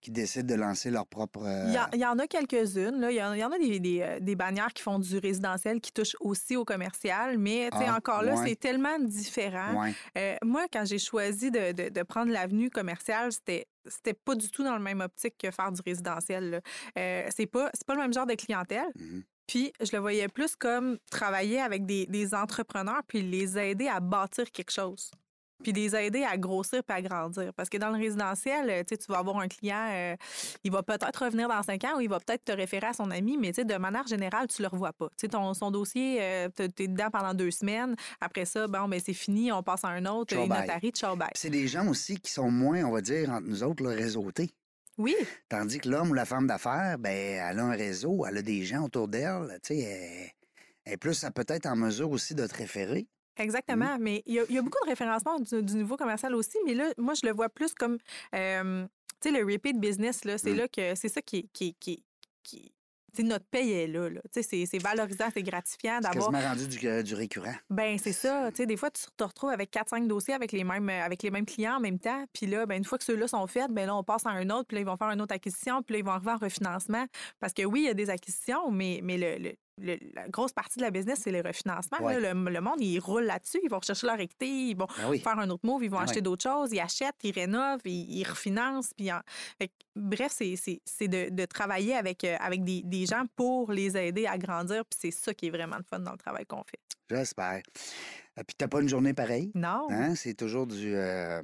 B: qui décident de lancer leur propre... euh,
C: Il y, en- il y en a quelques-unes. là. Il y, en- il y en a des, des, euh, des bannières qui font du résidentiel, qui touchent aussi au commercial, mais tu sais,
B: Ah,
C: encore là,
B: ouais.
C: c'est tellement différent.
B: ouais.
C: Euh, moi, quand j'ai choisi de, de- de prendre l'avenue commerciale, c'était c'était pas du tout dans le même optique que faire du résidentiel. là. Euh, c'est pas c'est pas le même genre de clientèle.
B: Mhm.
C: Puis je le voyais plus comme travailler avec des, des entrepreneurs puis les aider à bâtir quelque chose. Puis les aider à grossir puis à grandir. Parce que dans le résidentiel, euh, tu sais, tu vas avoir un client, euh, il va peut-être revenir dans cinq ans ou il va peut-être te référer à son ami, mais tu sais, de manière générale, tu le revois pas. Tu sais, ton, son dossier, tu es dedans pendant deux semaines. Après ça, bon, ben c'est fini, on passe à un autre,
B: Ciao,
C: une
B: bye.
C: notarie, ciao, bye.
B: Puis C'est des gens aussi qui sont moins, on va dire, entre nous autres, là, réseautés.
C: Oui,
B: Tandis que l'homme ou la femme d'affaires, ben, elle a un réseau, elle a des gens autour d'elle, tu sais, elle, elle est plus à peut-être en mesure aussi de te référer.
C: exactement. Mais il y, a- il y a beaucoup de référencement du, du nouveau commercial aussi, mais là, moi, je le vois plus comme, euh, tu sais, le repeat business, là, c'est
B: Mm.
C: là que, c'est ça qui, qui, qui, qui- tu sais, notre paye est là, là. Tu sais, c'est- c'est valorisant, c'est gratifiant
B: C'est
C: d'avoir
B: quasiment rendu du, euh, du récurrent.
C: Ben c'est ça, tu sais des fois tu te retrouves avec 4 5 dossiers avec les mêmes euh, avec les mêmes clients en même temps, puis là ben une fois que ceux-là sont faits, ben là on passe à un autre, puis là ils vont faire une autre acquisition, puis là ils vont arriver en refinancement parce que oui, il y a des acquisitions mais mais le, le- le- la grosse partie de la business, c'est les refinancements. là.
B: Ouais.
C: le, le monde, il roule là-dessus. Ils vont rechercher leur équité, ils vont
B: Ben oui.
C: faire un autre move, ils vont
B: Ah ouais.
C: acheter d'autres choses, ils achètent, ils rénovent, ils, ils refinancent. Puis en- fait que, bref, c'est- c'est c'est de, de travailler avec, euh, avec des, des gens pour les aider à grandir. Puis c'est ça qui est vraiment le fun dans le travail qu'on fait.
B: J'espère. Euh, Puis t'as pas une journée pareille.
C: Non?
B: Hein? C'est toujours du, euh, euh,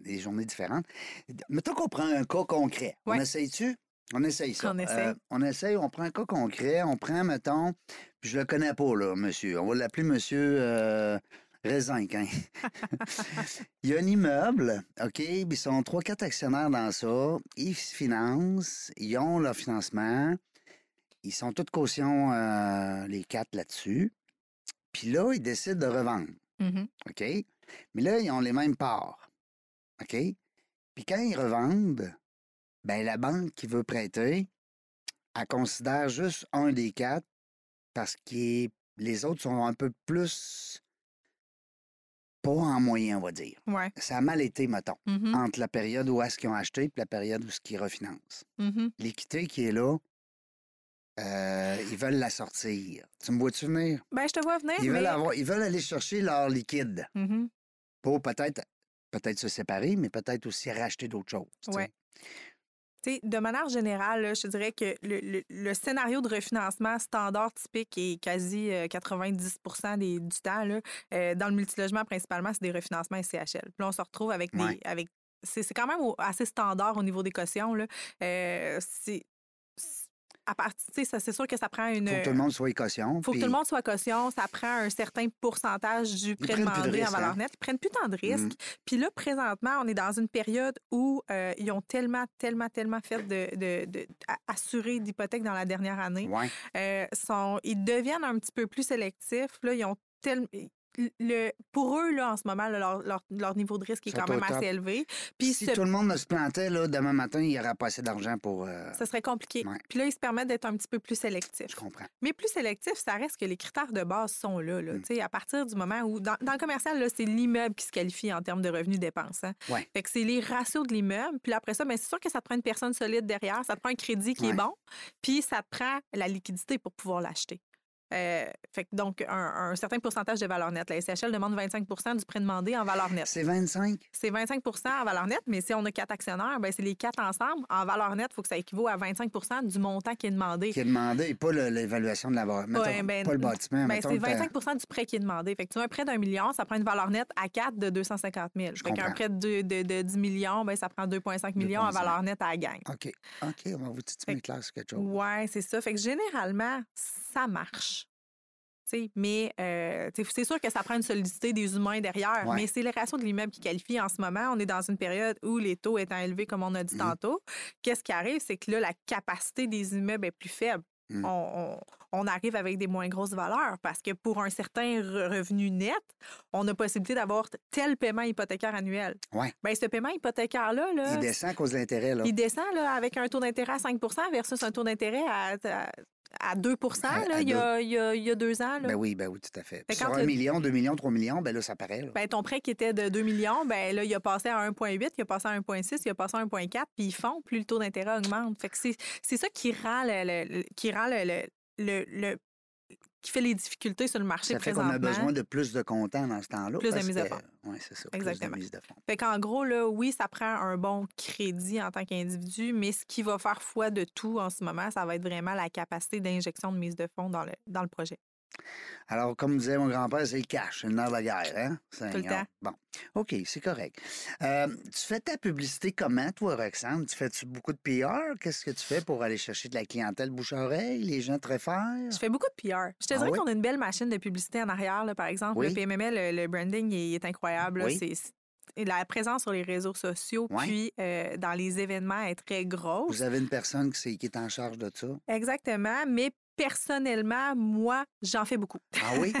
B: des journées différentes. D- Mettons qu'on prend un cas concret. On
C: Ouais.
B: essaye-tu? On essaye ça. Euh,
C: On essaye.
B: on essaye, on prend un cas concret, on prend, mettons, puis je le connais pas, là, monsieur. On va l'appeler monsieur euh, Raisin, hein. (laughs) Il y a un immeuble, OK, puis ils sont trois, quatre actionnaires dans ça. Ils se financent, ils ont leur financement. Ils sont toutes caution, euh, les quatre là-dessus. Puis là, ils décident de revendre.
C: Mhm.
B: OK? Mais là, ils ont les mêmes parts. OK? Puis quand ils revendent, ben la banque qui veut prêter, elle considère juste un des quatre parce que les autres sont un peu plus pas en moyen, on va dire.
C: Ouais.
B: Ça a mal été, mettons,
C: Mhm,
B: entre la période où est-ce qu'ils ont acheté et la période où ce qu'ils refinancent.
C: mhm.
B: L'équité qui est là, euh, ils veulent la sortir. Tu me vois-tu venir?
C: Ben, je te vois venir,
B: Ils
C: mais...
B: veulent, avoir, ils veulent aller chercher leur liquide
C: Mhm.
B: pour peut-être peut-être se séparer, mais peut-être aussi racheter d'autres choses. tu sais.
C: Ouais. Tu sais, de manière générale, là, je te dirais que le, le- le scénario de refinancement standard typique est quasi euh, 90 des- du temps. là. Euh, dans le multilogement, principalement, c'est des refinancements SCHL. Puis là, on se retrouve avec des.
B: Ouais.
C: avec C'est c'est quand même au- assez standard au niveau des cautions. là. Euh, c'est. c'est- À partir, tu sais, ça- c'est sûr que ça prend une.
B: Faut que tout le monde soit caution.
C: euh, faut que
B: puis-
C: tout le monde soit caution. Ça prend un certain pourcentage du prêt
B: prennent plus de
C: demandé en
B: risques, hein? Mmh.
C: valeur nette. Ils prennent plus tant de risques. Puis là, présentement, on est dans une période où euh, ils ont tellement, tellement, tellement fait de, de, de- a- assurer d'hypothèques dans la dernière année.
B: Ouais.
C: Euh, sont, ils deviennent un petit peu plus sélectifs. Là, ils ont tel- le, pour eux, là, en ce moment, là, leur, leur- leur niveau de risque est
B: Sont
C: quand
B: au
C: même
B: top.
C: assez élevé. Puis
B: si
C: ce-
B: tout le monde ne se plantait, là, demain matin, il n'y aura pas assez d'argent pour. euh,
C: ça serait compliqué.
B: Ouais.
C: Puis là, ils se permettent d'être un petit peu plus sélectifs.
B: Je comprends.
C: Mais plus sélectif, ça reste que les critères de base sont là. là.
B: Mm.
C: Tu sais, À partir du moment où, dans, dans le commercial, là, c'est l'immeuble qui se qualifie en termes de revenus-dépenses. hein.
B: Ouais.
C: Fait que c'est les ratios de l'immeuble. Puis là, après ça, ben, c'est sûr que ça te prend une personne solide derrière, ça te prend un crédit qui
B: Ouais.
C: est bon, puis ça te prend la liquidité pour pouvoir l'acheter. Euh, fait que donc, un, un certain pourcentage de valeur nette. La SHL demande 25 du prêt demandé en valeur nette.
B: C'est 25.
C: C'est 25 en valeur nette, mais si on a quatre actionnaires, ben, c'est les quatre ensemble. En valeur nette, il faut que ça équivaut à 25 du montant qui est demandé.
B: qui est demandé, et pas le- l'évaluation de la bâ- mettons,
C: Ouais, ben,
B: pas le bâtiment.
C: Ben,
B: Hein, mettons
C: c'est
B: que t'as-
C: 25 du prêt qui est demandé. Fait que tu as un prêt d'un million, ça prend une valeur nette à 4 de 250 000.
B: Je
C: fait qu'un
B: comprends.
C: prêt de, de, de 10 millions, ben, ça prend 2,5 millions en
B: 2,5.
C: valeur nette à la gang.
B: OK. OK, on va vous dire, tu
C: Fait-
B: me clair sur quelque chose.
C: Ouais, c'est ça. Fait que généralement, ça marche. T'sais, mais euh, t'sais, c'est sûr que ça prend une solidité des humains derrière,
B: Ouais.
C: mais c'est les ratios de l'immeuble qui qualifie en ce moment. On est dans une période où les taux étant élevés, comme on a dit
B: Mhm.
C: tantôt, qu'est-ce qui arrive? C'est que là, la capacité des immeubles est plus faible.
B: Mhm.
C: On, on- on arrive avec des moins grosses valeurs parce que pour un certain re- revenu net, on a possibilité d'avoir tel paiement hypothécaire annuel.
B: Ouais.
C: Ben, ce paiement hypothécaire-là, là,
B: Il descend à cause de l'intérêt, là.
C: il descend là, avec un taux d'intérêt à 5 versus un taux d'intérêt à, à, à 2
B: À-
C: là,
B: à
C: il, y a, il y a- il y a deux ans. là.
B: Ben oui, ben oui, tout à fait. Puis
C: quand
B: Sur un
C: le-
B: million, deux millions, trois millions, ben là, ça paraît, là.
C: Ben, ton prêt qui était de 2 millions, ben, là, il a passé à 1,8, il a passé à 1,6, il a passé à 1,4, puis ils font, plus le taux d'intérêt augmente. Fait que c'est c'est ça qui rend le, le- le- qui rend le, le- le- le- qui fait les difficultés sur le marché
B: ça fait qu'on
C: présentement.
B: a besoin de plus de comptants dans ce temps-là.
C: Plus de
B: parce
C: mise à
B: que-
C: fond.
B: Ouais, c'est ça.
C: Exactement.
B: Plus de mise de fond.
C: Fait qu'en gros, là, oui, ça prend un bon crédit en tant qu'individu, mais ce qui va faire foi de tout en ce moment, ça va être vraiment la capacité d'injection de mise de fonds dans le, dans le projet.
B: Alors, comme disait mon grand-père, c'est le cash, c'est le nerf de la guerre. Hein?
C: Tout le
B: Seigneur.
C: temps.
B: Bon, OK, c'est correct. Euh, tu fais ta publicité comment, toi, Roxane? Tu fais-tu beaucoup de PR? Qu'est-ce que tu fais pour aller chercher de la clientèle bouche-oreille? Les gens te réfèrent?
C: Je fais beaucoup de PR. Je te
B: Ah
C: dirais
B: oui?
C: qu'on a une belle machine de publicité en arrière, là, par exemple.
B: Oui.
C: Le PMML, le, le branding, il est incroyable. là.
B: Oui.
C: C'est- c'est- la présence sur les réseaux sociaux,
B: Ouais.
C: puis euh, dans les événements est très grosse.
B: Vous avez une personne qui, s'est- qui est en charge de ça.
C: Exactement, mais personnellement, moi, j'en
B: (laughs)
C: fais beaucoup.
B: Ah
C: (laughs)
B: oui?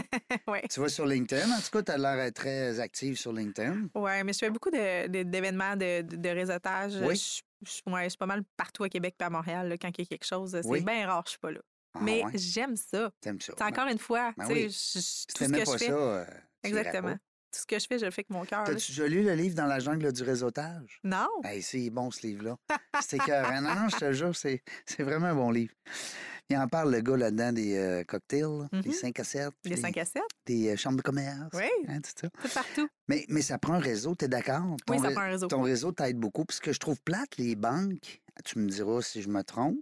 C: ouais.
B: tu vas sur LinkedIn. En tout cas, tu as l'air très active sur LinkedIn.
C: ouais, mais je fais beaucoup de- de- d'événements de, de, de réseautage.
B: Oui.
C: Je, je- ouais, je suis pas mal partout à Québec et à Montréal. là, quand il y a quelque chose, c'est
B: Oui.
C: bien rare, je suis pas là.
B: Ah
C: mais
B: ouais,
C: j'aime ça.
B: t'aimes ça.
C: C'est encore une fois,
B: ben
C: tu sais,
B: oui.
C: je- je-
B: Si
C: tout ce que
B: t'aimais
C: je
B: pas
C: fais,
B: ça, euh, tu irais pas.
C: exactement. Tout ce que je fais, je le fais avec mon cœur. là.
B: T'as-tu déjà lu le livre Dans la jungle du réseautage?
C: Non.
B: Hey, c'est bon, ce livre-là. C'est écœurant. Non, non, je te jure, c'est c'est vraiment un bon livre. Il en parle, le gars, là-dedans, des euh, cocktails, des
C: Mhm.
B: 5 à 7,
C: Les
B: des,
C: 5 à 7,
B: des, euh, chambres de commerce.
C: Oui.
B: hein, tout ça.
C: tout partout.
B: Mais, mais ça prend un réseau, t'es d'accord? Ton
C: Oui, ça
B: ré-
C: prend un réseau.
B: Ton réseau t'aide beaucoup. Puis ce que je trouve plate, les banques, tu me diras si je me trompe,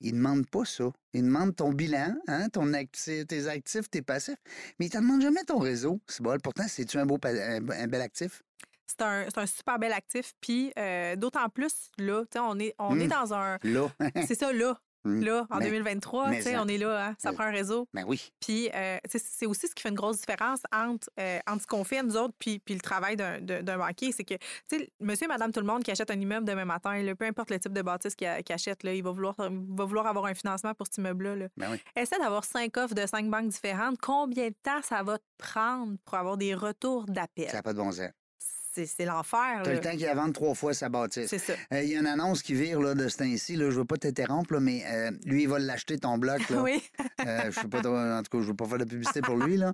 B: ils ne demandent pas ça. Ils demandent ton bilan, hein, ton actif, tes actifs, tes passifs, mais ils ne te demandent jamais ton réseau. C'est bon. Pourtant, c'est-tu un, beau pa- un, un bel actif?
C: C'est un, c'est un super bel actif. Puis euh, d'autant plus, là, tu sais, on est, on
B: Mm.
C: est
B: (laughs)
C: dans un.
B: Là.
C: C'est ça, là.
B: Mm.
C: Là, en
B: Mais-
C: 2023,
B: mais
C: tu sais,
B: ça-
C: on est là. hein, Ça
B: mais-
C: prend un réseau.
B: ben oui.
C: Puis euh, tu sais, c'est aussi ce qui fait une grosse différence entre, euh, entre ce qu'on fait, nous autres, puis, puis le travail d'un- d'un d'un banquier. C'est que, tu sais, monsieur et madame tout le monde qui achète un immeuble demain matin, là, peu importe le type de bâtisse qu'il a- qu'il achète, là, il, va vouloir, il va vouloir avoir un financement pour cet immeuble-là. là.
B: Ben oui.
C: Essaie d'avoir cinq offres de cinq banques différentes. Combien de temps ça va te prendre pour avoir des retours
B: Ça
C: d'appel?
B: n'a pas de bon sens.
C: C'est c'est l'enfer.
B: T'as
C: là.
B: le temps qu'il la vende trois fois sa bâtisse.
C: C'est ça.
B: Euh, Il y a une annonce qui vire là, de ce temps-ci. là, Je veux pas t'interrompre, là, mais euh, lui, il va l'acheter ton bloc. Là.
C: (laughs) Oui,
B: Euh, je sais pas trop- en tout cas, je veux pas faire de publicité pour lui, là.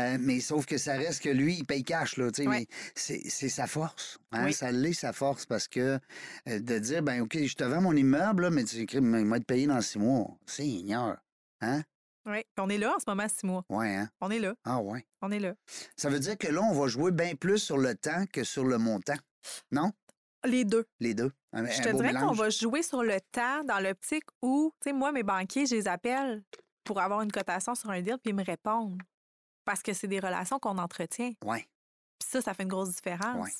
B: Euh, mais sauf que ça reste que lui, il paye cash, là, tu sais,
C: Ouais.
B: mais c'est c'est sa force. hein,
C: Oui.
B: Ça l'est, sa force, parce que euh, de dire, ben OK, je te vends mon immeuble, là, mais tu écris, mais il va être payé dans six mois. C'est ignore.
C: oui. Puis on est là en ce moment, six mois.
B: Ouais, hein?
C: On est là.
B: Ah, ouais.
C: On est là.
B: Ça veut dire que là, on va jouer bien plus sur le temps que sur le montant,
C: Les deux.
B: les deux. Un-
C: Je
B: un
C: te
B: beau
C: dirais qu'on
B: mélange.
C: va jouer sur le temps dans l'optique où, tu sais, moi, mes banquiers, je les appelle pour avoir une cotation sur un deal, puis ils me répondent. Parce que c'est des relations qu'on entretient.
B: Ouais.
C: Puis ça, ça fait une grosse différence.
B: Ouais.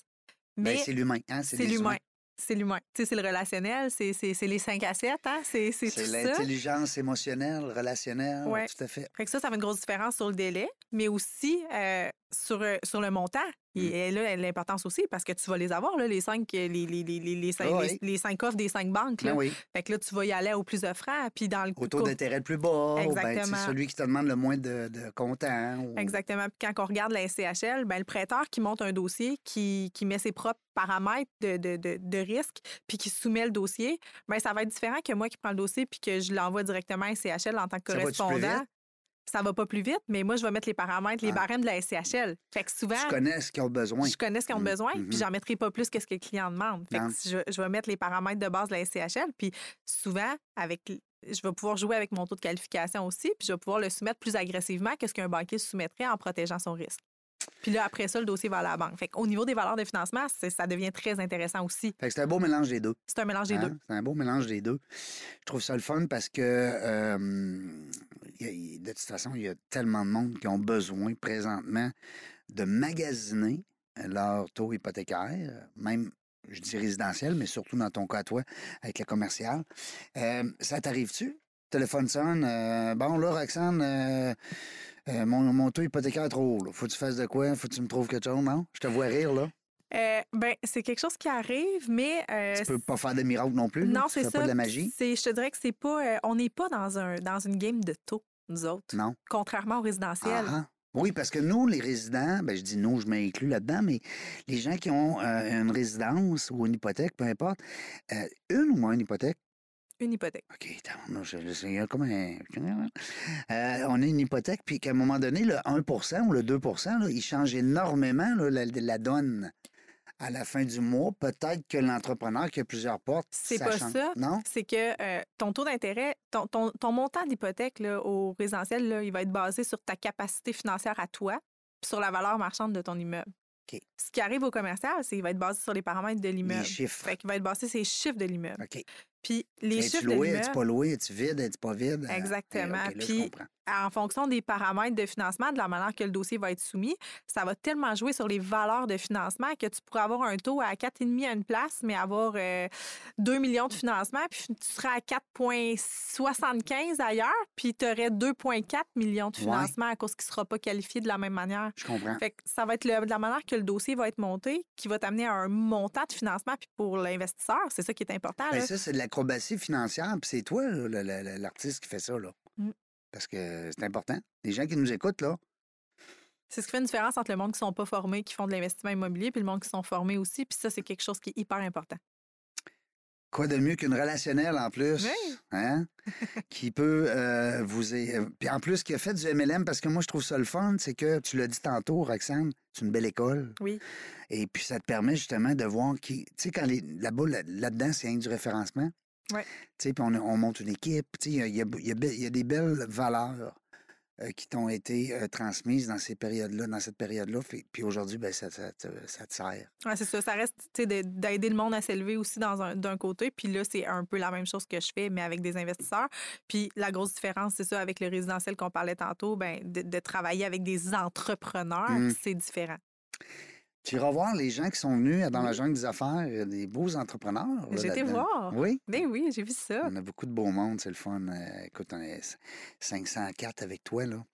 B: Ben,
C: Mais
B: c'est l'humain, hein?
C: c'est
B: des
C: l'humain.
B: humains.
C: C'est l'humain. Tu sais, c'est le relationnel, c'est c'est- c'est les 5 à 7, hein? c'est c'est
B: C'est
C: tout ça.
B: l'intelligence émotionnelle, relationnelle,
C: Ouais.
B: tout à fait.
C: Fait que ça, ça fait une grosse différence sur le délai, mais aussi euh, sur, euh, sur le montant. Et,
B: Mm.
C: et là, l'importance aussi, parce que tu vas les avoir, là, les cinq, euh, les, les, les, les, les cinq,
B: Ah
C: les-
B: oui.
C: les cinq offres des cinq banques.
B: Ben
C: là.
B: oui.
C: Fait que là, tu vas y aller au plus offrant. Puis dans le
B: au taux d'intérêt le plus bas, ben, tu sais,
C: Exactement.
B: celui qui te demande le moins de, de comptant. ou-
C: Exactement. Puis quand on regarde la SCHL, ben, le prêteur qui monte un dossier, qui, qui met ses propres paramètres de, de, de, de risque, puis qui soumet le dossier, ben, ça va être différent que moi qui prends le dossier puis que je l'envoie directement à SCHL en tant que
B: Ça va-tu plus
C: correspondant.
B: vite?
C: Ça va pas plus vite, mais moi, je vais mettre les paramètres, les
B: Ah.
C: barèmes de la SCHL. Fait que souvent,
B: Tu connais ce qu'ils ont besoin.
C: je connais ce qu'ils ont
B: Mhm,
C: besoin,
B: mhm.
C: puis j'en mettrai pas plus que ce que le client demande. Fait que
B: Non.
C: je, je vais mettre les paramètres de base de la SCHL, puis souvent, avec, l- je vais pouvoir jouer avec mon taux de qualification aussi, puis je vais pouvoir le soumettre plus agressivement que ce qu'un banquier soumettrait en protégeant son risque. Puis là, après ça, le dossier va à la banque. Fait qu'au niveau des valeurs de financement, c'est- ça devient très intéressant aussi.
B: Fait que c'est un beau mélange des deux.
C: C'est un mélange des
B: hein.
C: deux.
B: C'est un beau mélange des deux. Je trouve ça le fun parce que euh, il y a- il- de toute façon, il y a tellement de monde qui ont besoin présentement de magasiner leur taux hypothécaire, même je dis résidentiel, mais surtout dans ton cas à toi, avec le commercial. Euh, ça t'arrive-tu? Téléphone sonne. euh, bon, là, Roxane, euh, euh, mon, mon taux hypothécaire est trop haut. là. Faut que tu fasses de quoi? Faut que tu me trouves quelque chose, non? Je te vois rire, là.
C: Euh, ben, c'est quelque chose qui arrive, mais euh,
B: Tu peux pas faire des miracles non plus. là.
C: non,
B: Tu
C: c'est
B: fais
C: ça.
B: pas de la magie.
C: C'est- Je te dirais que c'est pas, euh, on n'est pas dans un dans une game de taux, nous autres,
B: Non.
C: contrairement au résidentiel.
B: Ah, ah. Oui, parce que nous, les résidents, ben, je dis nous, je m'inclus là-dedans, mais les gens qui ont euh, une résidence ou une hypothèque, peu importe, euh, une ou moins une hypothèque,
C: Une hypothèque.
B: OK, tabarnouche, je- je- il y a comme un- Euh, on a une hypothèque, puis qu'à un moment donné, le 1 ou le 2 là, il change énormément là, la, la donne à la fin du mois. Peut-être que l'entrepreneur qui a plusieurs portes,
C: C'est pas
B: change.
C: ça.
B: Non?
C: c'est que euh, ton taux d'intérêt, ton, ton- ton montant d'hypothèque là, au résidentiel, là, il va être basé sur ta capacité financière à toi puis sur la valeur marchande de ton immeuble.
B: OK.
C: Ce qui arrive au commercial, c'est qu'il va être basé sur les paramètres de
B: Les
C: l'immeuble.
B: chiffres.
C: Fait qu'il va être basé sur les chiffres de l'immeuble.
B: OK.
C: Puis les
B: Es-tu
C: chiffres de
B: loué, es-tu
C: l'immeuble-
B: pas loué, es-tu vide, es-tu pas vide? Ah,
C: Exactement.
B: ok, là, je
C: Puis,
B: comprends.
C: en fonction des paramètres de financement, de la manière que le dossier va être soumis, ça va tellement jouer sur les valeurs de financement que tu pourras avoir un taux à 4,5 à une place, mais avoir euh, 2 millions de financement, puis tu seras à 4,75 ailleurs, puis tu aurais 2,4 millions de
B: Ouais.
C: financement à cause qu'il ne sera pas qualifié de la même manière.
B: Je comprends.
C: Fait que ça va être le- de la manière que le dossier va être monté qui va t'amener à un montant de financement. Puis pour l'investisseur, c'est ça qui est important.
B: Ben
C: là.
B: ça, c'est de l'acrobatie financière, puis c'est toi, là, le- le- le- l'artiste qui fait ça, là.
C: Mm.
B: Parce que c'est important. Les gens qui nous écoutent, là,
C: C'est ce qui fait une différence entre le monde qui sont pas formés, qui font de l'investissement immobilier, puis le monde qui sont formés aussi. Puis ça, c'est quelque chose qui est hyper important.
B: quoi de mieux qu'une relationnelle en plus,
C: Oui. (laughs)
B: hein, qui peut euh, vous... é- euh, Puis en plus, qui a fait du MLM, parce que moi, je trouve ça le fun, c'est que, tu l'as dit tantôt, Roxane, c'est une belle école.
C: Oui.
B: Et puis, ça te permet justement de voir qui... Tu sais, quand les... la boule, là- là-dedans, c'est rien que du référencement.
C: Ouais.
B: Tu sais, puis on, on monte une équipe. Tu sais, il y a- il y a, il y a be- il y a des belles valeurs euh, qui t'ont été euh, transmises dans ces périodes-là, dans cette période-là. Fait- Puis aujourd'hui, ben, ça, ça, te- ça te sert.
C: Ouais, c'est ça. Ça reste tu sais, de- d'aider le monde à s'élever aussi dans un- d'un côté. Puis là, c'est un peu la même chose que je fais, mais avec des investisseurs. Puis la grosse différence, c'est ça, avec le résidentiel qu'on parlait tantôt, ben, de, de travailler avec des entrepreneurs,
B: Mm.
C: c'est différent.
B: Tu iras voir les gens qui sont venus dans la
C: Oui.
B: jungle des affaires, il y a des beaux entrepreneurs. là,
C: J'ai
B: là-dedans.
C: été
B: Mmh.
C: voir.
B: Oui.
C: Ben oui, j'ai vu ça.
B: On a beaucoup de beau monde, c'est le fun. Euh, écoute, on est 504 avec toi, là.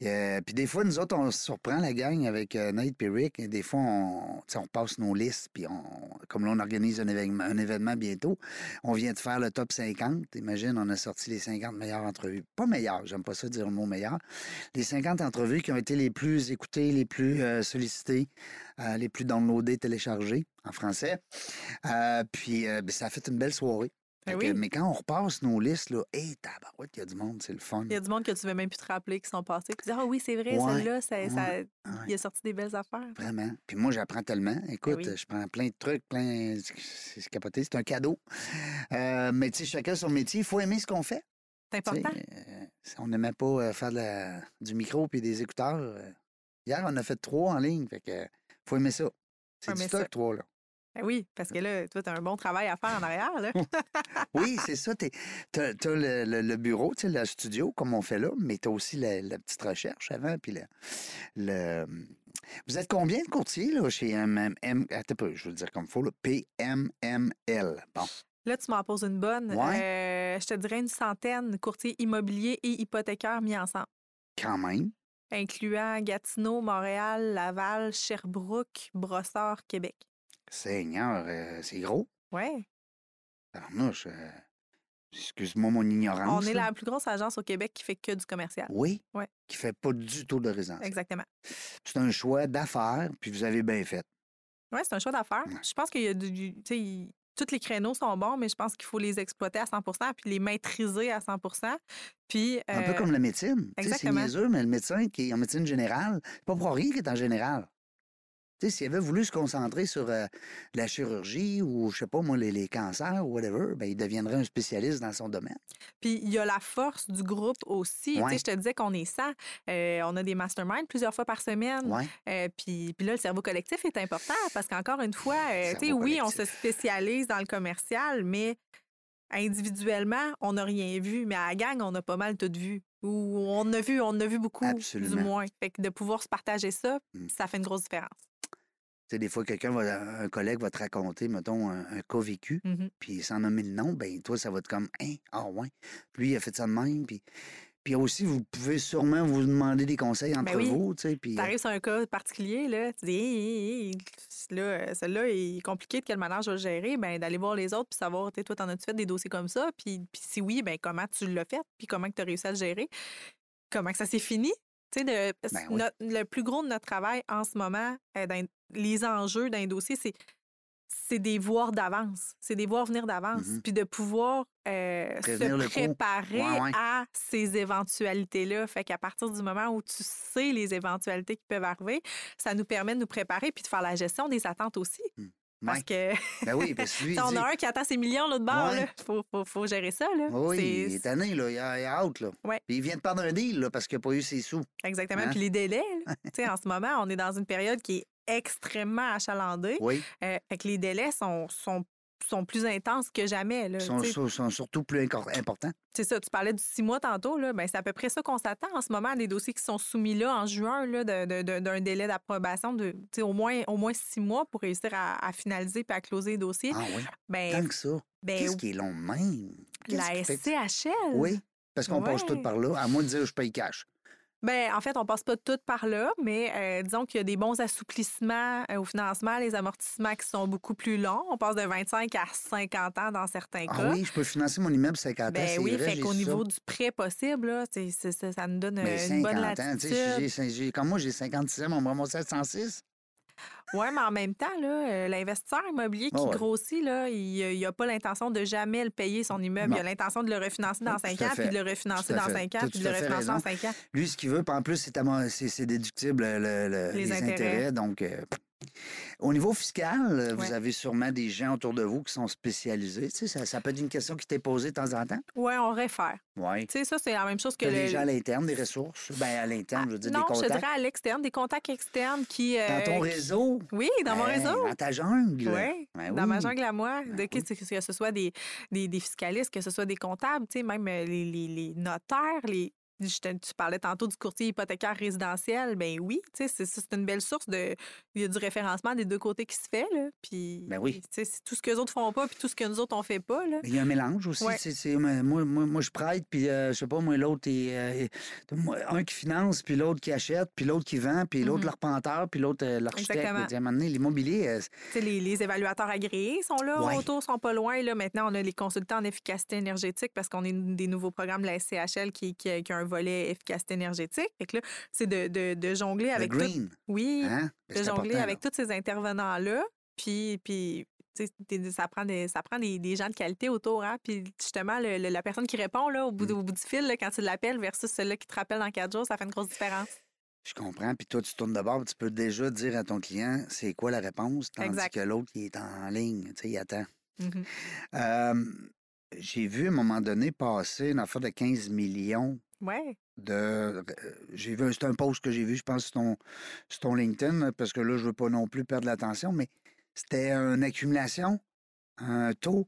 B: Et, euh, puis des fois, nous autres, on se surprend la gang avec euh, Nate et Rick. Et des fois, on, tu sais, on passe nos listes. Puis on, comme là, on organise un événement, un événement bientôt. On vient de faire le top 50. Imagine, on a sorti les 50 meilleures entrevues. Pas meilleures, j'aime pas ça dire le mot meilleur. Les 50 entrevues qui ont été les plus écoutées, les plus euh, sollicitées, euh, les plus downloadées, téléchargées en français. Euh, puis euh, ben, ça a fait une belle soirée.
C: Ben
B: Fait que-
C: oui.
B: mais quand on repasse nos listes, là, hé, tabarouette, il y a du monde, c'est le fun.
C: Il y a du monde que tu ne veux même plus te rappeler qui sont passés. Tu dis, ah oui, c'est vrai,
B: Ouais,
C: celle-là, ça- ça-
B: ouais.
C: il a sorti des belles affaires.
B: Vraiment. Puis moi, j'apprends tellement. Écoute,
C: Ben oui.
B: je prends plein de trucs, plein. C'est c'est capoté, c'est un cadeau. Euh, mais tu sais, chacun son métier, il faut aimer ce qu'on fait.
C: C'est
B: tu sais.
C: important.
B: Euh, si on n'aimait pas euh, faire de la- du micro puis des écouteurs. euh, Hier, on a fait trois en ligne, fait que faut aimer ça. C'est du
C: aimer
B: stock,
C: ça.
B: trois, là.
C: Ben oui, parce que là, toi, tu as un bon travail à faire en arrière.
B: (laughs)
C: Là.
B: Oui, c'est ça. Tu as, le, le- le bureau, tu sais, le studio, comme on fait là, mais tu as aussi la, la petite recherche avant. Puis le, le- hum, Vous êtes combien de courtiers là, chez MMM? Attends, un peu, je veux le dire comme il faut, là, PMML. Bon,
C: Là, tu m'en poses une bonne.
B: Ouais.
C: Euh, je te dirais une centaine de courtiers immobiliers et hypothécaires mis ensemble,
B: quand même.
C: incluant Gatineau, Montréal, Laval, Sherbrooke, Brossard, Québec.
B: Seigneur, euh, c'est gros.
C: Ouais.
B: Tabarnouche, euh, Excuse-moi mon ignorance.
C: On est
B: là.
C: la plus grosse agence au Québec qui fait que du commercial.
B: Oui,
C: Ouais.
B: qui fait pas du tout de résidence.
C: Exactement.
B: C'est un choix d'affaires, puis vous avez bien fait.
C: Oui, c'est un choix d'affaires.
B: Ouais.
C: Je pense qu'il y a du. du- tu sais, il- tous les créneaux sont bons, mais je pense qu'il faut les exploiter à 100 puis les maîtriser à 100 Puis.
B: Un peu
C: euh,
B: comme la médecine. Tu sais, C'est
C: exactement.
B: niaiseux, mais le médecin qui est en médecine générale, c'est pas pour rien qu'il est en général. Tu sais, S'il avait voulu se concentrer sur euh, la chirurgie ou, je sais pas moi, les, les cancers ou whatever, ben, il deviendrait un spécialiste dans son domaine.
C: Puis il y a la force du groupe aussi. Tu
B: Ouais.
C: sais, je te disais qu'on est 100. Euh, on a des masterminds plusieurs fois par semaine.
B: Ouais.
C: Euh, puis, puis là, le cerveau collectif est important parce qu'encore une fois, euh,
B: Cerveau
C: tu sais, oui, on se
B: collectif.
C: spécialise dans le commercial, mais individuellement, on n'a rien vu. Mais à la gang, on a pas mal tout vu. Ou on a vu, on en a vu beaucoup,
B: Absolument.
C: du moins. Fait que de pouvoir se partager ça,
B: Mm.
C: ça fait une grosse différence.
B: Tu sais, des fois, quelqu'un, va- un collègue va te raconter, mettons, un, un cas vécu,
C: Mhm.
B: puis sans nommer le nom, ben toi, ça va être comme, hein, ah ouais, lui, il a fait ça de même, puis... Puis aussi, vous pouvez sûrement vous demander des conseils entre
C: Ben oui.
B: vous, tu sais, puis... euh,
C: T'arrives sur un cas particulier, là, tu dis, Hey, hey, hey, là, euh, celui-là est compliqué, de quelle manière je vais le gérer, ben, d'aller voir les autres puis savoir, tu sais, toi, t'en as-tu fait des dossiers comme ça? Puis, puis si oui, ben, comment tu l'as fait? Puis comment tu as réussi à le gérer? Comment que ça s'est fini? Tu sais, de- parce que
B: Ben oui.
C: notre- le plus gros de notre travail en ce moment, euh, dans les enjeux d'un dossier, c'est c'est des voir d'avance, c'est des voir venir d'avance,
B: Mhm.
C: puis de pouvoir euh,
B: Prévenir le
C: se
B: coup.
C: préparer
B: Ouais, ouais.
C: à ces éventualités-là. Fait qu'à partir du moment où tu sais les éventualités qui peuvent arriver, ça nous permet de nous préparer puis de faire la gestion des attentes aussi. Parce
B: Ouais. (laughs)
C: que
B: Ben oui,
C: (laughs)
B: parce que lui, il
C: on
B: dit-
C: a un qui attend ses millions l'autre bord,
B: Ouais.
C: là. Faut, faut, faut gérer ça, là.
B: Oui,
C: C'est-
B: il est tanné, là. Il a- il a out, là.
C: Ouais.
B: Puis il vient de perdre un deal, là, parce qu'il n'a pas eu ses sous.
C: Exactement.
B: Hein?
C: Puis
B: (laughs)
C: les délais, là. Tu sais, en ce moment, on est dans une période qui est extrêmement achalandée.
B: Oui.
C: Euh, fait que les délais sont, sont sont plus intenses que jamais. là,
B: Ils sont,
C: tu sais.
B: sont- sont surtout plus incor- importants.
C: C'est ça, tu parlais du six mois tantôt, là, ben, c'est à peu près ça qu'on s'attend en ce moment, des dossiers qui sont soumis là en juin, là, de- de- de- d'un délai d'approbation de tu sais, au moins, au moins six mois pour réussir à, à finaliser puis à closer les dossiers.
B: Ah oui, tant
C: Ben,
B: que ça.
C: ben,
B: Qu'est-ce qui est long de même? Qu'est-ce
C: la
B: qui fait-
C: SCHL.
B: Oui, parce qu'on passe tout
C: Ouais.
B: par là, à moins de dire je paye cash.
C: Ben, en fait, on passe pas tout par là, mais euh, disons qu'il y a des bons assouplissements euh, au financement, les amortissements qui sont beaucoup plus longs. On passe de 25 à 50 ans dans certains cas.
B: Ah oui, je peux financer mon immeuble 50 ans.
C: Ben
B: c'est
C: oui,
B: vrai,
C: fait
B: j'ai
C: qu'au
B: ça.
C: niveau du prêt possible, là, c'est- c'est- ça, ça nous donne
B: Mais
C: euh, une bonne
B: 50 ans, tu
C: latitude.
B: sais, j'ai- j'ai- j'ai- comme moi, j'ai 56 ans, on me remonte à 106.
C: Oui, mais en même temps, là, euh, l'investisseur immobilier qui
B: Ah ouais.
C: grossit, là, il n'a pas l'intention de jamais le payer son immeuble. Il a l'intention de le refinancer dans
B: Oui, tout
C: cinq
B: à
C: ans, puis
B: fait.
C: de le refinancer
B: Tout à fait.
C: dans cinq ans,
B: T'as
C: puis de
B: tout
C: le
B: à fait
C: refinancer dans
B: raison.
C: cinq ans.
B: Lui, ce qu'il veut, puis en plus, c'est amor- c'est c'est déductible le- le-
C: Les
B: les,
C: intérêts.
B: intérêts. Donc, euh, au niveau fiscal, euh,
C: Ouais.
B: vous avez sûrement des gens autour de vous qui sont spécialisés. Tu sais, ça, ça peut être une question qui t'est posée de temps en temps.
C: Oui, on réfère.
B: Oui.
C: Tu sais, ça, c'est la même chose que
B: Tu as des
C: le- Ah,
B: gens à l'interne, des ressources. Ben, à l'interne, je veux dire,
C: non,
B: des
C: je te
B: contacts.
C: dirais à l'externe, des contacts externes qui. euh,
B: Dans ton réseau.
C: Oui, dans mon
B: Ben,
C: réseau.
B: Dans ta jungle.
C: Ouais,
B: Ben
C: dans ma
B: oui.
C: jungle à moi, de,
B: Ben
C: que, que ce soit des, des, des fiscalistes, que ce soit des comptables, tu sais, même euh, les, les- les notaires, les, je te- tu parlais tantôt du courtier hypothécaire résidentiel, ben oui, tu sais, c'est- c'est une belle source de, il y a du référencement des deux côtés qui se fait, là, puis
B: Ben oui.
C: tu sais, c'est tout ce que les autres font pas, puis tout ce que nous autres on fait pas, là.
B: Il y a un mélange aussi.
C: Ouais.
B: c'est- c'est- moi, moi, moi- moi, je prête, puis euh, je sais pas, moi, l'autre, est, euh, moi, un qui finance, puis l'autre qui achète, puis l'autre qui vend, puis l'autre
C: Mhm.
B: l'arpenteur, puis l'autre euh, l'architecte.
C: Exactement.
B: Mais, tu sais, À un moment donné, l'immobilier, euh,
C: Tu sais, les, les évaluateurs agréés sont là,
B: Ouais.
C: autour sont pas loin. Là, maintenant, on a les consultants en efficacité énergétique parce qu'on est une des nouveaux programmes de la SCHL qui, qui, a- qui a un volet efficacité énergétique. Fait que là, c'est de, de- de jongler
B: le
C: avec tout-
B: green,
C: Oui,
B: hein?
C: de
B: c'est
C: jongler
B: important,
C: avec tous ces intervenants-là. Puis, puis tu sais, t'es- ça prend, des, ça prend des, des gens de qualité autour. Hein? Puis justement, le- le- la personne qui répond là, au, bout,
B: Mm.
C: au bout du fil là, quand tu l'appelles versus celle-là qui te rappelle dans quatre jours, ça fait une grosse différence.
B: Je comprends. Puis toi, tu tournes de bord, puis tu peux déjà dire à ton client c'est quoi la réponse, tandis
C: Exact.
B: que l'autre, il est en ligne. Tu sais, il attend.
C: Mhm.
B: Euh, J'ai vu à un moment donné passer une affaire de 15 millions
C: Ouais.
B: de. euh, J'ai vu, c'est un post que j'ai vu, je pense, sur ton, sur ton LinkedIn, là, parce que là, je veux pas non plus perdre l'attention, mais c'était une accumulation, un taux.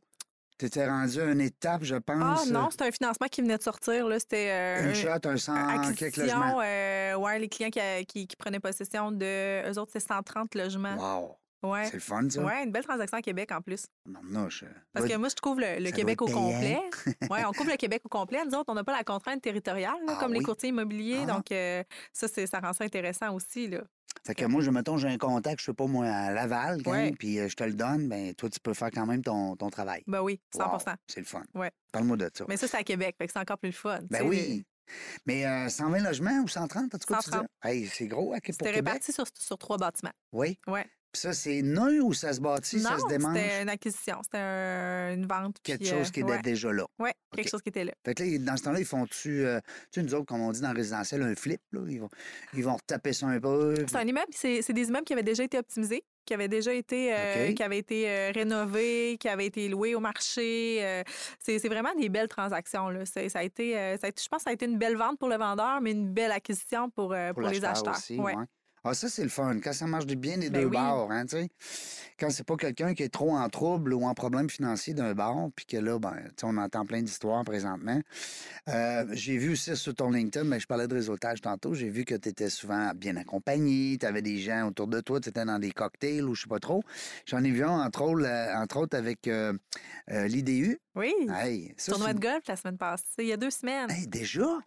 B: Tu étais rendu à une étape, je
C: Ah
B: pense.
C: non, c'est un financement qui venait de sortir. là. C'était euh,
B: Une
C: un-
B: shot, un 100, quelques logements.
C: acquisition, euh, ouais, les clients qui, qui- qui prenaient possession de eux autres, c'est 130 logements.
B: Wow!
C: euh, Ouais.
B: C'est le fun, ça?
C: Ouais, une belle transaction à Québec en plus.
B: Barnouche.
C: Parce
B: Doit-
C: que moi, je trouve le, le
B: ça doit
C: Québec au
B: être payant.
C: complet.
B: (laughs)
C: Oui, on couvre le Québec au complet. Nous autres, on n'a pas la contrainte territoriale, là,
B: Ah
C: comme les
B: oui?
C: courtiers immobiliers.
B: Ah.
C: Donc, euh, ça, c'est- ça rend ça intéressant aussi. Là.
B: Fait que moi, je mettons, j'ai un contact, je sais pas moi, à Laval, quand,
C: Ouais.
B: puis euh, je te le donne, ben toi, tu peux faire quand même ton, ton travail.
C: Ben oui, 100
B: Wow, c'est le fun.
C: Ouais.
B: Parle-moi de ça.
C: Mais ça, c'est à Québec. fait que c'est encore plus le fun. tu
B: ben
C: sais,
B: oui. Mais euh, 120 logements ou 130, en tout cas,
C: 130.
B: tu dis? Hey, c'est gros, hein, pour
C: C'était
B: Québec.
C: réparti sur, sur trois bâtiments.
B: Oui.
C: Ouais.
B: Puis ça, c'est neuf ou ça se bâtit,
C: non,
B: ça se démange?
C: c'était une acquisition. C'était un- une vente.
B: Quelque
C: puis, euh,
B: chose qui
C: ouais,
B: est déjà là.
C: ouais, quelque
B: OK.
C: chose qui était là.
B: Fait que là, dans ce temps-là, ils font-tu, euh, tu sais, nous autres, comme on dit dans le résidentiel, un flip, là. Ils vont, ils vont retaper ça un peu. puis-
C: C'est un immeuble, c'est c'est des immeubles qui avaient déjà été optimisés, qui avaient déjà été, euh,
B: OK.
C: qui avaient été euh, rénovés, qui avaient été loués au marché. euh, c'est c'est vraiment des belles transactions. Là. C'est- Ça a été, euh, ça a été- je pense que ça a été une belle vente pour le vendeur, mais une belle acquisition pour, euh, pour les
B: l'acheteur
C: acheteurs.
B: aussi,
C: Ouais.
B: ouais. Ah, ça, c'est le fun. Quand ça marche du bien des
C: Ben
B: deux
C: oui.
B: bars, hein, tu sais. Quand c'est pas quelqu'un qui est trop en trouble ou en problème financier d'un bar, puis que là, ben, tu sais, on entend plein d'histoires présentement. Euh, j'ai vu aussi sur ton LinkedIn, mais je parlais de réseautage tantôt, j'ai vu que tu étais souvent bien accompagné, tu avais des gens autour de toi, tu étais dans des cocktails ou je sais pas trop. J'en ai vu un, entre autres, euh, entre autres avec euh, euh, l'IDU.
C: Oui.
B: Hey, ça,
C: Tournoi
B: c'est-
C: de golf la semaine passée, il y a deux semaines.
B: Hey, déjà? Ben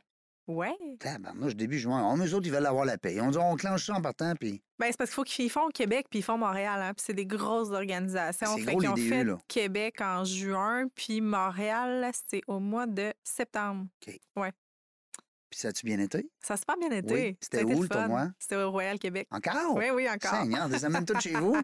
C: Ouais.
B: Tabarnouche, début juin. On, eux autres, ils veulent avoir la paix. On dit, on clenche ça en partant, puis...
C: Ben, c'est parce qu'il faut qu'ils font au Québec puis ils font Montréal. hein, puis c'est des grosses organisations.
B: C'est
C: Fait
B: gros,
C: qu'ils ont
B: l'IDU,
C: fait
B: là.
C: Québec en juin, puis Montréal, c'est au mois de septembre.
B: Puis ça a-tu bien été?
C: Ça a super bien été.
B: Oui.
C: Ça a
B: C'était
C: été
B: où,
C: le
B: le tournoi? Oh,
C: fun. C'était au Royal Québec.
B: Encore?
C: Oui, oui, encore.
B: Seigneur, ils les amènent tous chez
C: (laughs)
B: vous.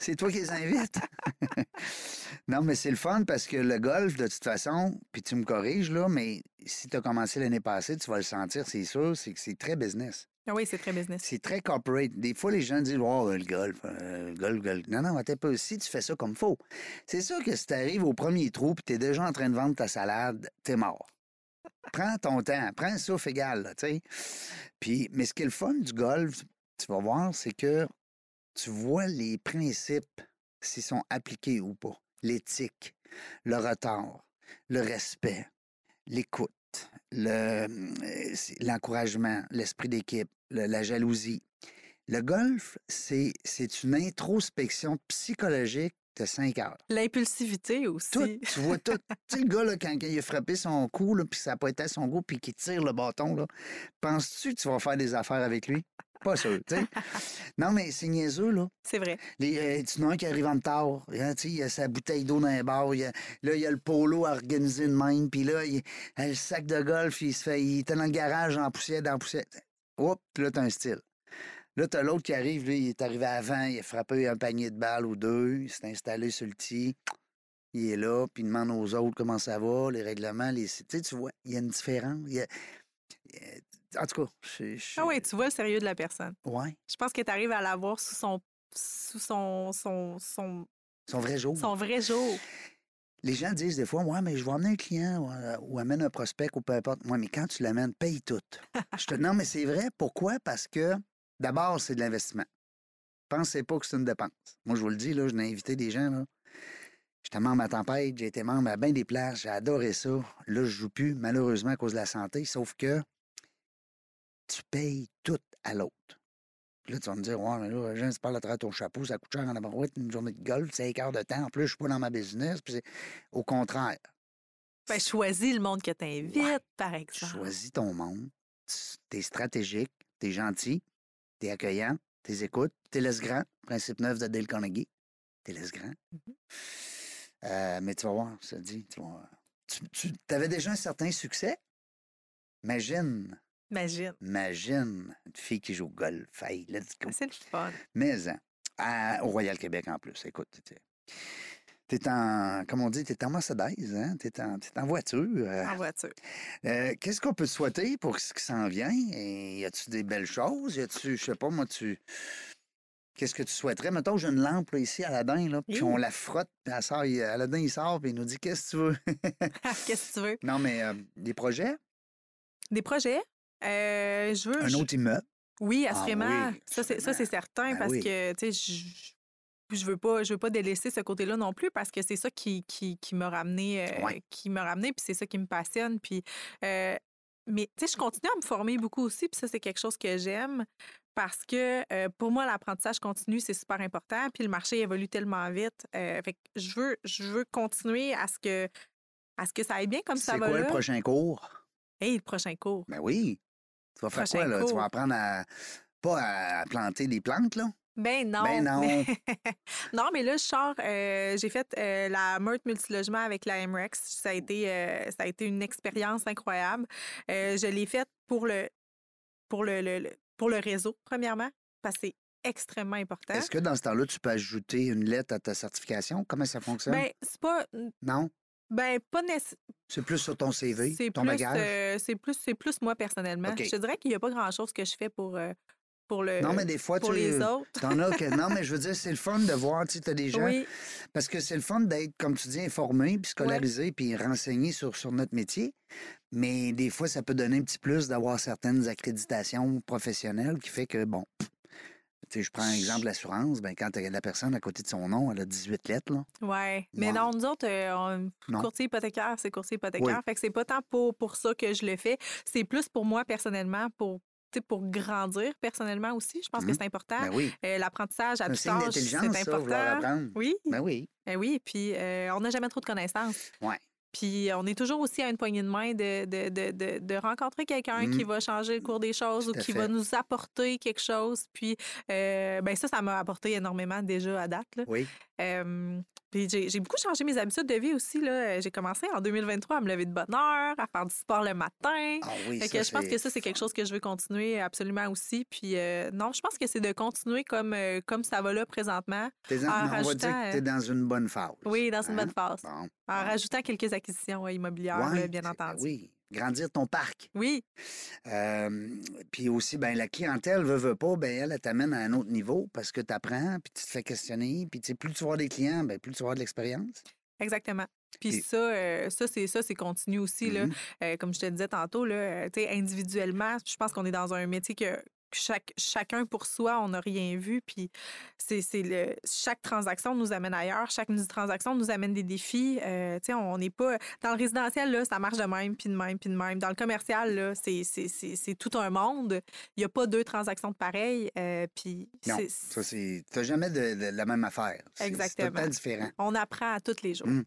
B: C'est toi qui les invites. (laughs) non, mais c'est le fun parce que le golf, de toute façon, puis tu me corriges, là, mais si tu as commencé l'année passée, tu vas le sentir, c'est sûr, c'est que c'est très business.
C: Ah oui, c'est très business.
B: C'est très corporate. Des fois, les gens disent, wow, le golf, euh, le golf, golf. Non, non, attends pas. Si tu fais ça comme faut, c'est sûr que si tu arrives au premier trou puis tu es déjà en train de vendre ta salade, t'es mort. Prends ton temps, prends un souffle égal, là, tu sais. Puis, mais ce qui est le fun du golf, tu vas voir, c'est que tu vois les principes s'ils sont appliqués ou pas. l'éthique, le retard, le respect, l'écoute, le- euh, c'est- l'encouragement, l'esprit d'équipe, le- la jalousie. Le golf, c'est c'est une introspection psychologique de 5 heures.
C: L'impulsivité aussi.
B: Tout, tu vois tout. tu sais, le gars, là, quand, quand il a frappé son coup, là, puis que ça n'a pas été à son goût, puis qu'il tire le bâton, là, penses-tu que tu vas faire des affaires avec lui? Pas sûr, tu sais. Non, mais c'est niaiseux, là.
C: (laughs) C'est vrai. Ah
B: Les, euh, tu n'as un qui arrive en retard. hein, tu sais, il a sa bouteille d'eau dans les bar. il y a- là, il y a le polo à organiser de même. Puis là, il, euh, le sac de golf, il se fait. Il était dans le garage en poussière, dans la poussière. Oups, là, t'as un style. Là, t'as l'autre qui arrive, lui, il est arrivé avant, il a frappé un panier de balles ou deux, il s'est installé sur le tee. Il est là, puis il demande aux autres comment ça va, les règlements, les. Tu sais, tu vois, il y a une différence. il y a- il y a- En tout cas, je. je-
C: Ah oui, tu vois le sérieux de la personne.
B: Ouais,
C: Je pense que tu arrives à l'avoir sous son sous son, son, son,
B: son vrai jour.
C: son vrai jour.
B: Les gens disent des fois, ouais, mais je vais emmener un client ou, euh, ou amène un prospect ou peu importe. Moi, mais quand tu l'amènes, paye tout. Je te- Non, mais c'est vrai. Pourquoi? Parce que d'abord, c'est de l'investissement. Pensez pas que c'est une dépense. Moi, je vous le dis, là, je n'ai invité des gens, là. J'étais membre à Tempête, j'ai été membre à bien des places, j'ai adoré ça. Là, je joue plus, malheureusement, à cause de la santé, sauf que tu payes tout à l'autre. Puis là, tu vas me dire, ouais, mais là, Jean, tu parles à travers ton chapeau, ça coûte cher en abarouette, une journée de golf, 5 heures de temps. En plus, je suis pas dans ma business. Puis c'est- au contraire,
C: Ben, choisis le monde que tu invites,
B: Ouais.
C: par
B: tu
C: exemple.
B: choisis ton monde, tu- t'es stratégique, t'es gentil, t'es accueillant, t'es écoutes, t'es laisse grand, principe neuf de Dale Carnegie, t'es laisse grand. Euh, mais tu vas voir, ça dit, tu vas voir. Tu, avais déjà un certain succès? Imagine,
C: Imagine.
B: imagine une fille qui joue au golf. Hey, let's go.
C: Ah, C'est le fun.
B: Mais hein, à- au Royal Québec en plus. Écoute, t'es, t'es en, comme on dit, t'es en Mercedes, hein? t'es, en, t'es en voiture. euh,
C: En voiture. (laughs)
B: euh, qu'est-ce qu'on peut te souhaiter pour ce qui s'en vient? Et y a-tu des belles choses? Y a-tu, je sais pas, moi, tu. Qu'est-ce que tu souhaiterais? Mettons, j'ai une lampe là, ici, Aladdin, là, puis
C: Ouh.
B: on la frotte, puis elle sort, il- Aladdin, il sort, puis il nous dit Qu'est-ce que tu veux?
C: Qu'est-ce que tu veux?
B: non, mais euh, des projets?
C: Des projets? Euh, je veux.
B: Un
C: je-
B: autre immeuble?
C: Oui,
B: Ah oui,
C: assurément. ça, c'est, ça, c'est
B: assurément.
C: certain
B: Ben
C: parce
B: oui.
C: que, tu sais, je. Je veux pas, je veux pas délaisser ce côté-là non plus parce que c'est ça qui, qui, qui m'a ramené, euh,
B: Ouais.
C: qui m'a ramené, puis c'est ça qui me passionne, puis euh, mais tu sais, je continue à me former beaucoup aussi, puis ça c'est quelque chose que j'aime parce que euh, pour moi l'apprentissage continu c'est super important, puis le marché évolue tellement vite, euh, fait que je veux, je veux continuer à ce que, à ce que ça aille bien comme ça
B: c'est
C: va
B: quoi
C: là.
B: le prochain cours?
C: Hey, le prochain cours.
B: Ben oui. Tu vas faire
C: Prochain
B: quoi, là? Tu
C: cours.
B: vas apprendre à. Pas à planter des plantes, là?
C: Ben non.
B: Ben non.
C: (laughs) mais- (laughs) non, mais là, je sors. euh, j'ai fait euh, la meute multilogement avec la MREX. Ça a été, euh, ça a été une expérience incroyable. Euh, je l'ai faite pour le, pour, le, le- le- pour le réseau, premièrement, parce que c'est extrêmement important.
B: Est-ce que dans ce temps-là, tu peux ajouter une lettre à ta certification? Comment ça fonctionne?
C: Ben, c'est pas.
B: non?
C: Ben, pas nécessaire.
B: C'est plus sur ton CV,
C: C'est
B: ton
C: plus,
B: bagage?
C: euh, c'est plus, c'est plus moi personnellement.
B: OK.
C: Je te dirais qu'il n'y a pas grand-chose que je fais pour, euh, pour, le, euh,
B: Non, mais des fois,
C: pour
B: tu
C: les autres.
B: T'en as que- Non, mais je veux dire, c'est le fun de voir, tu as des gens.
C: Oui,
B: Parce que c'est le fun d'être, comme tu dis, informé, puis scolarisé, puis renseigné sur, sur notre métier. Mais des fois, ça peut donner un petit plus d'avoir certaines accréditations professionnelles qui fait que, bon, tu sais, je prends un exemple l'assurance. Ben, quand t'as la personne à côté de son nom, elle a 18 lettres, là.
C: ouais. Mais
B: Ouais.
C: non, nous autres, euh, on,
B: Non?
C: Courtier hypothécaire, c'est courtier hypothécaire. Fait que c'est pas tant pour, pour ça que je le fais. C'est plus pour moi personnellement, pour, tu sais, pour grandir personnellement aussi. Je pense
B: Mhm.
C: que c'est important.
B: Ben oui.
C: Euh, L'apprentissage à
B: C'est un
C: tout
B: signe
C: âge, c'est
B: d'intelligence, ça, vouloir
C: important.
B: apprendre.
C: oui,
B: Ben oui.
C: ben oui. Puis euh, on n'a jamais trop de connaissances.
B: Ouais.
C: Puis on est toujours aussi à une poignée de main de, de, de, de, de rencontrer quelqu'un
B: Mhm.
C: qui va changer le cours des choses
B: Tout
C: ou
B: à
C: qui
B: fait.
C: va nous apporter quelque chose. Puis euh, ben ça, ça m'a apporté énormément déjà à date. là. (laughs)
B: Oui.
C: Euh, puis j'ai j'ai beaucoup changé mes habitudes de vie aussi. là. Euh, J'ai commencé en 2023 à me lever de bonne heure, à faire du sport le matin.
B: Ah oui,
C: Fait
B: ça,
C: que je pense
B: c'est
C: que ça, c'est quelque chose que je veux continuer absolument aussi. Puis euh, non, je pense que c'est de continuer comme, euh, comme ça va là présentement.
B: T'es dans-
C: en
B: on va dire
C: rajoutant,
B: que t'es
C: euh,
B: dans une bonne phase.
C: Oui, dans une
B: Hein?
C: bonne phase.
B: Bon.
C: En
B: ouais.
C: rajoutant quelques acquisitions euh, immobilières,
B: Ouais,
C: là, bien
B: c'est- ben
C: entendu. Oui.
B: Oui, grandir ton parc. Euh, puis aussi, ben, la clientèle veut, veut pas, ben, elle, elle t'amène à un autre niveau parce que tu apprends, puis tu te fais questionner, puis tu sais, plus tu vas avoir des clients, ben, plus tu vas avoir de l'expérience.
C: exactement. Puis
B: Puis-
C: ça, euh, ça c'est ça, c'est continu aussi là.
B: Mhm.
C: Euh, comme je te disais tantôt, là, euh, tu sais, individuellement, je pense qu'on est dans un métier que, chaque, chacun pour soi, on n'a rien vu. Puis c'est, c'est le, chaque transaction nous amène ailleurs, chaque transaction nous amène des défis. Euh, tu sais, on n'est pas. Dans le résidentiel, là, ça marche de même, puis de même, puis de même. Dans le commercial, là, c'est, c'est, c'est, c'est tout un monde. Il n'y a pas deux transactions de pareilles. euh, puis
B: Non,
C: c'est-
B: ça, c'est. T'as jamais de, de la même affaire. C'est- C'est tout
C: Exactement.
B: le temps différent.
C: on apprend à tous les jours.
B: Mm.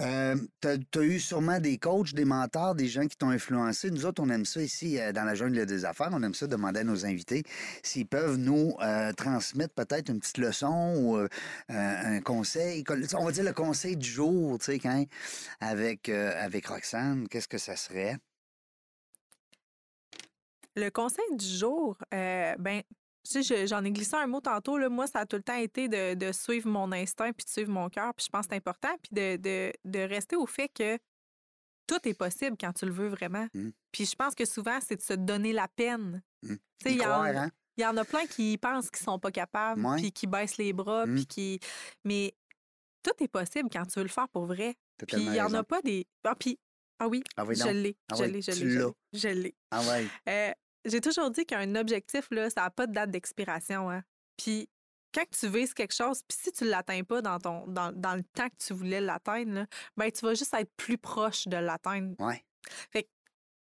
B: Euh, t'as, t'as eu sûrement des coachs, des mentors, des gens qui t'ont influencé. Nous autres, on aime ça ici, euh, dans la jungle des affaires. On aime ça demander à nos invités s'ils peuvent nous euh, transmettre peut-être une petite leçon ou euh, euh, un conseil. Col- On va dire le conseil du jour, tu sais, quand, avec, euh, avec Roxane, qu'est-ce que ça serait?
C: Le conseil du jour, euh, ben, tu sais, je- j'en ai glissé un mot tantôt. Là, moi, ça a tout le temps été de, de suivre mon instinct puis de suivre mon cœur. Puis je pense que c'est important. Puis de, de- de rester au fait que tout est possible quand tu le veux vraiment.
B: Mm.
C: Puis je pense que souvent, c'est de se donner la peine.
B: Mm.
C: Tu sais,
B: Y
C: il y, en-
B: croire, hein?
C: il y en a plein qui pensent qu'ils sont pas capables,
B: Ouais.
C: puis qui baissent les bras,
B: Mm.
C: puis qui. Mais tout est possible quand tu veux le faire pour vrai.
B: T'as
C: Puis il
B: tellement
C: n'y en
B: raison.
C: a pas des. Ah, puis. Ah oui,
B: Ah oui,
C: je
B: donc.
C: l'ai.
B: Ah
C: je
B: oui,
C: l'ai, je
B: tu
C: l'ai, je
B: l'as.
C: l'ai. Je l'ai.
B: Ah ouais.
C: Euh, j'ai toujours dit qu'un objectif, là, ça n'a pas de date d'expiration. Hein. Puis quand tu vises quelque chose, puis si tu ne l'atteins pas dans, ton, dans, dans le temps que tu voulais l'atteindre, là, ben, tu vas juste être plus proche de l'atteindre.
B: Ouais.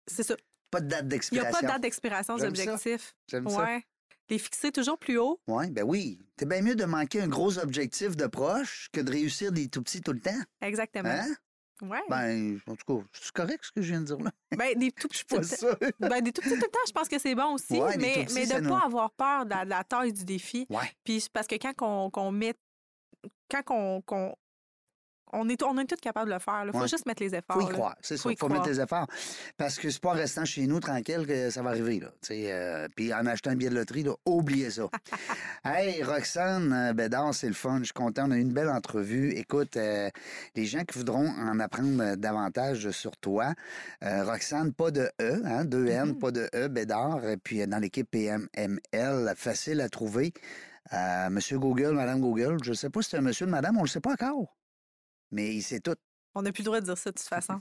C: C'est ça.
B: Pas de date
C: Il n'y
B: d'expiration.
C: a pas de date d'expiration des
B: J'aime ça.
C: objectifs.
B: J'aime ça.
C: Ouais. Les fixer toujours plus haut.
B: Oui, ben oui. C'est bien mieux de manquer un gros objectif de proche que de réussir des tout petits tout le temps.
C: Exactement.
B: Hein?
C: Ouais. Ben,
B: Ben, en tout cas, c'est correct ce que je viens (laughs) de dire là.
C: des tout petits.
B: Pas ça.
C: ben, des tout petits tout le temps, je pense que c'est bon aussi,
B: Ouais, des
C: mais,
B: tout petits,
C: mais de
B: ça
C: ne
B: nous-
C: pas avoir peur de la, de la taille du défi.
B: Ouais.
C: Puis c'est parce que quand qu'on qu'on met. Quand qu'on. qu'on- on est, on est tous capables de le faire. Il faut
B: Ouais.
C: juste mettre les efforts.
B: Faut y
C: là.
B: croire, c'est ça.
C: Faut y
B: Faut mettre
C: croire.
B: des efforts. Parce que c'est pas en restant chez nous tranquille que ça va arriver, là. Tu sais, euh, puis en achetant un billet de loterie, là, oubliez
C: (laughs)
B: ça. hey, Roxane euh, Bédard, c'est le fun. Je suis content. On a eu une belle entrevue. Écoute, euh, les gens qui voudront en apprendre euh, davantage sur toi, euh, Roxane, pas de E, hein, deux N,
C: Mhm.
B: pas de E, Bédard. Et puis euh, dans l'équipe PMML, facile à trouver. Euh, monsieur Google, Madame Google, je sais pas si c'est un monsieur ou une madame, on le sait pas encore. Mais il sait tout.
C: On n'a plus le droit de dire ça de
B: (laughs)
C: toute façon.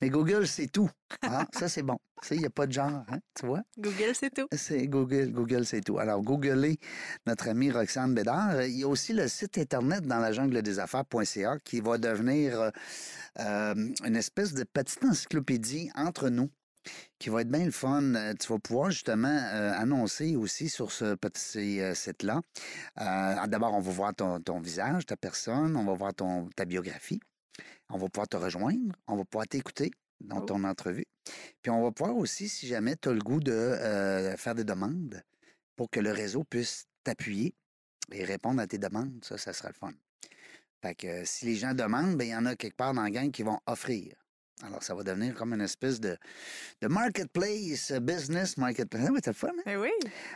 B: Mais Google, c'est tout. Ah, ça, c'est bon. Tu sais, il n'y a pas de genre, hein, tu vois?
C: Google, c'est tout.
B: C'est Google, Google, c'est tout. Alors, googlez notre amie Roxane Bédard. Il y a aussi le site Internet dans la jungle des affaires.ca qui va devenir euh, euh, une espèce de petite encyclopédie entre nous qui va être bien le fun. Euh, Tu vas pouvoir justement euh, annoncer aussi sur ce petit euh, site-là. Euh, D'abord, on va voir ton, ton visage, ta personne, on va voir ton, ta biographie. On va pouvoir te rejoindre, on va pouvoir t'écouter dans
C: Oh.
B: ton entrevue. Puis on va pouvoir aussi, si jamais tu as le goût de euh, faire des demandes pour que le réseau puisse t'appuyer et répondre à tes demandes, ça, ça sera le fun. Fait que euh, si les gens demandent, ben, il y en a quelque part dans la gang qui vont offrir. Alors, ça va devenir comme une espèce de, de marketplace, euh, business marketplace. Ah, ouais, c'est le fun, hein?
C: Eh oui.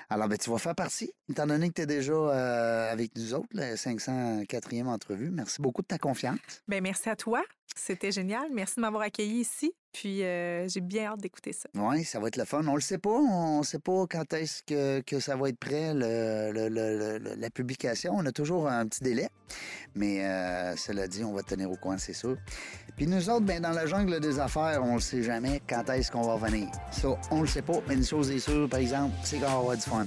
B: Alors, ben, tu vas faire partie, étant donné que tu es déjà euh, avec nous autres, la 504e entrevue. Merci beaucoup de ta confiance.
C: Ben, merci à toi. C'était génial. Merci de m'avoir accueilli ici. Puis euh, j'ai bien hâte d'écouter ça.
B: Oui, ça va être le fun. On le sait pas. On sait pas quand est-ce que, que ça va être prêt, le- le- le- le- la publication. On a toujours un petit délai. Mais euh, cela dit, on va te tenir au coin, c'est sûr. Puis nous autres, ben, dans la jungle des affaires, on le sait jamais quand est-ce qu'on va venir. Ça, on le sait pas. Mais une chose est sûre, par exemple, c'est qu'on va avoir du fun.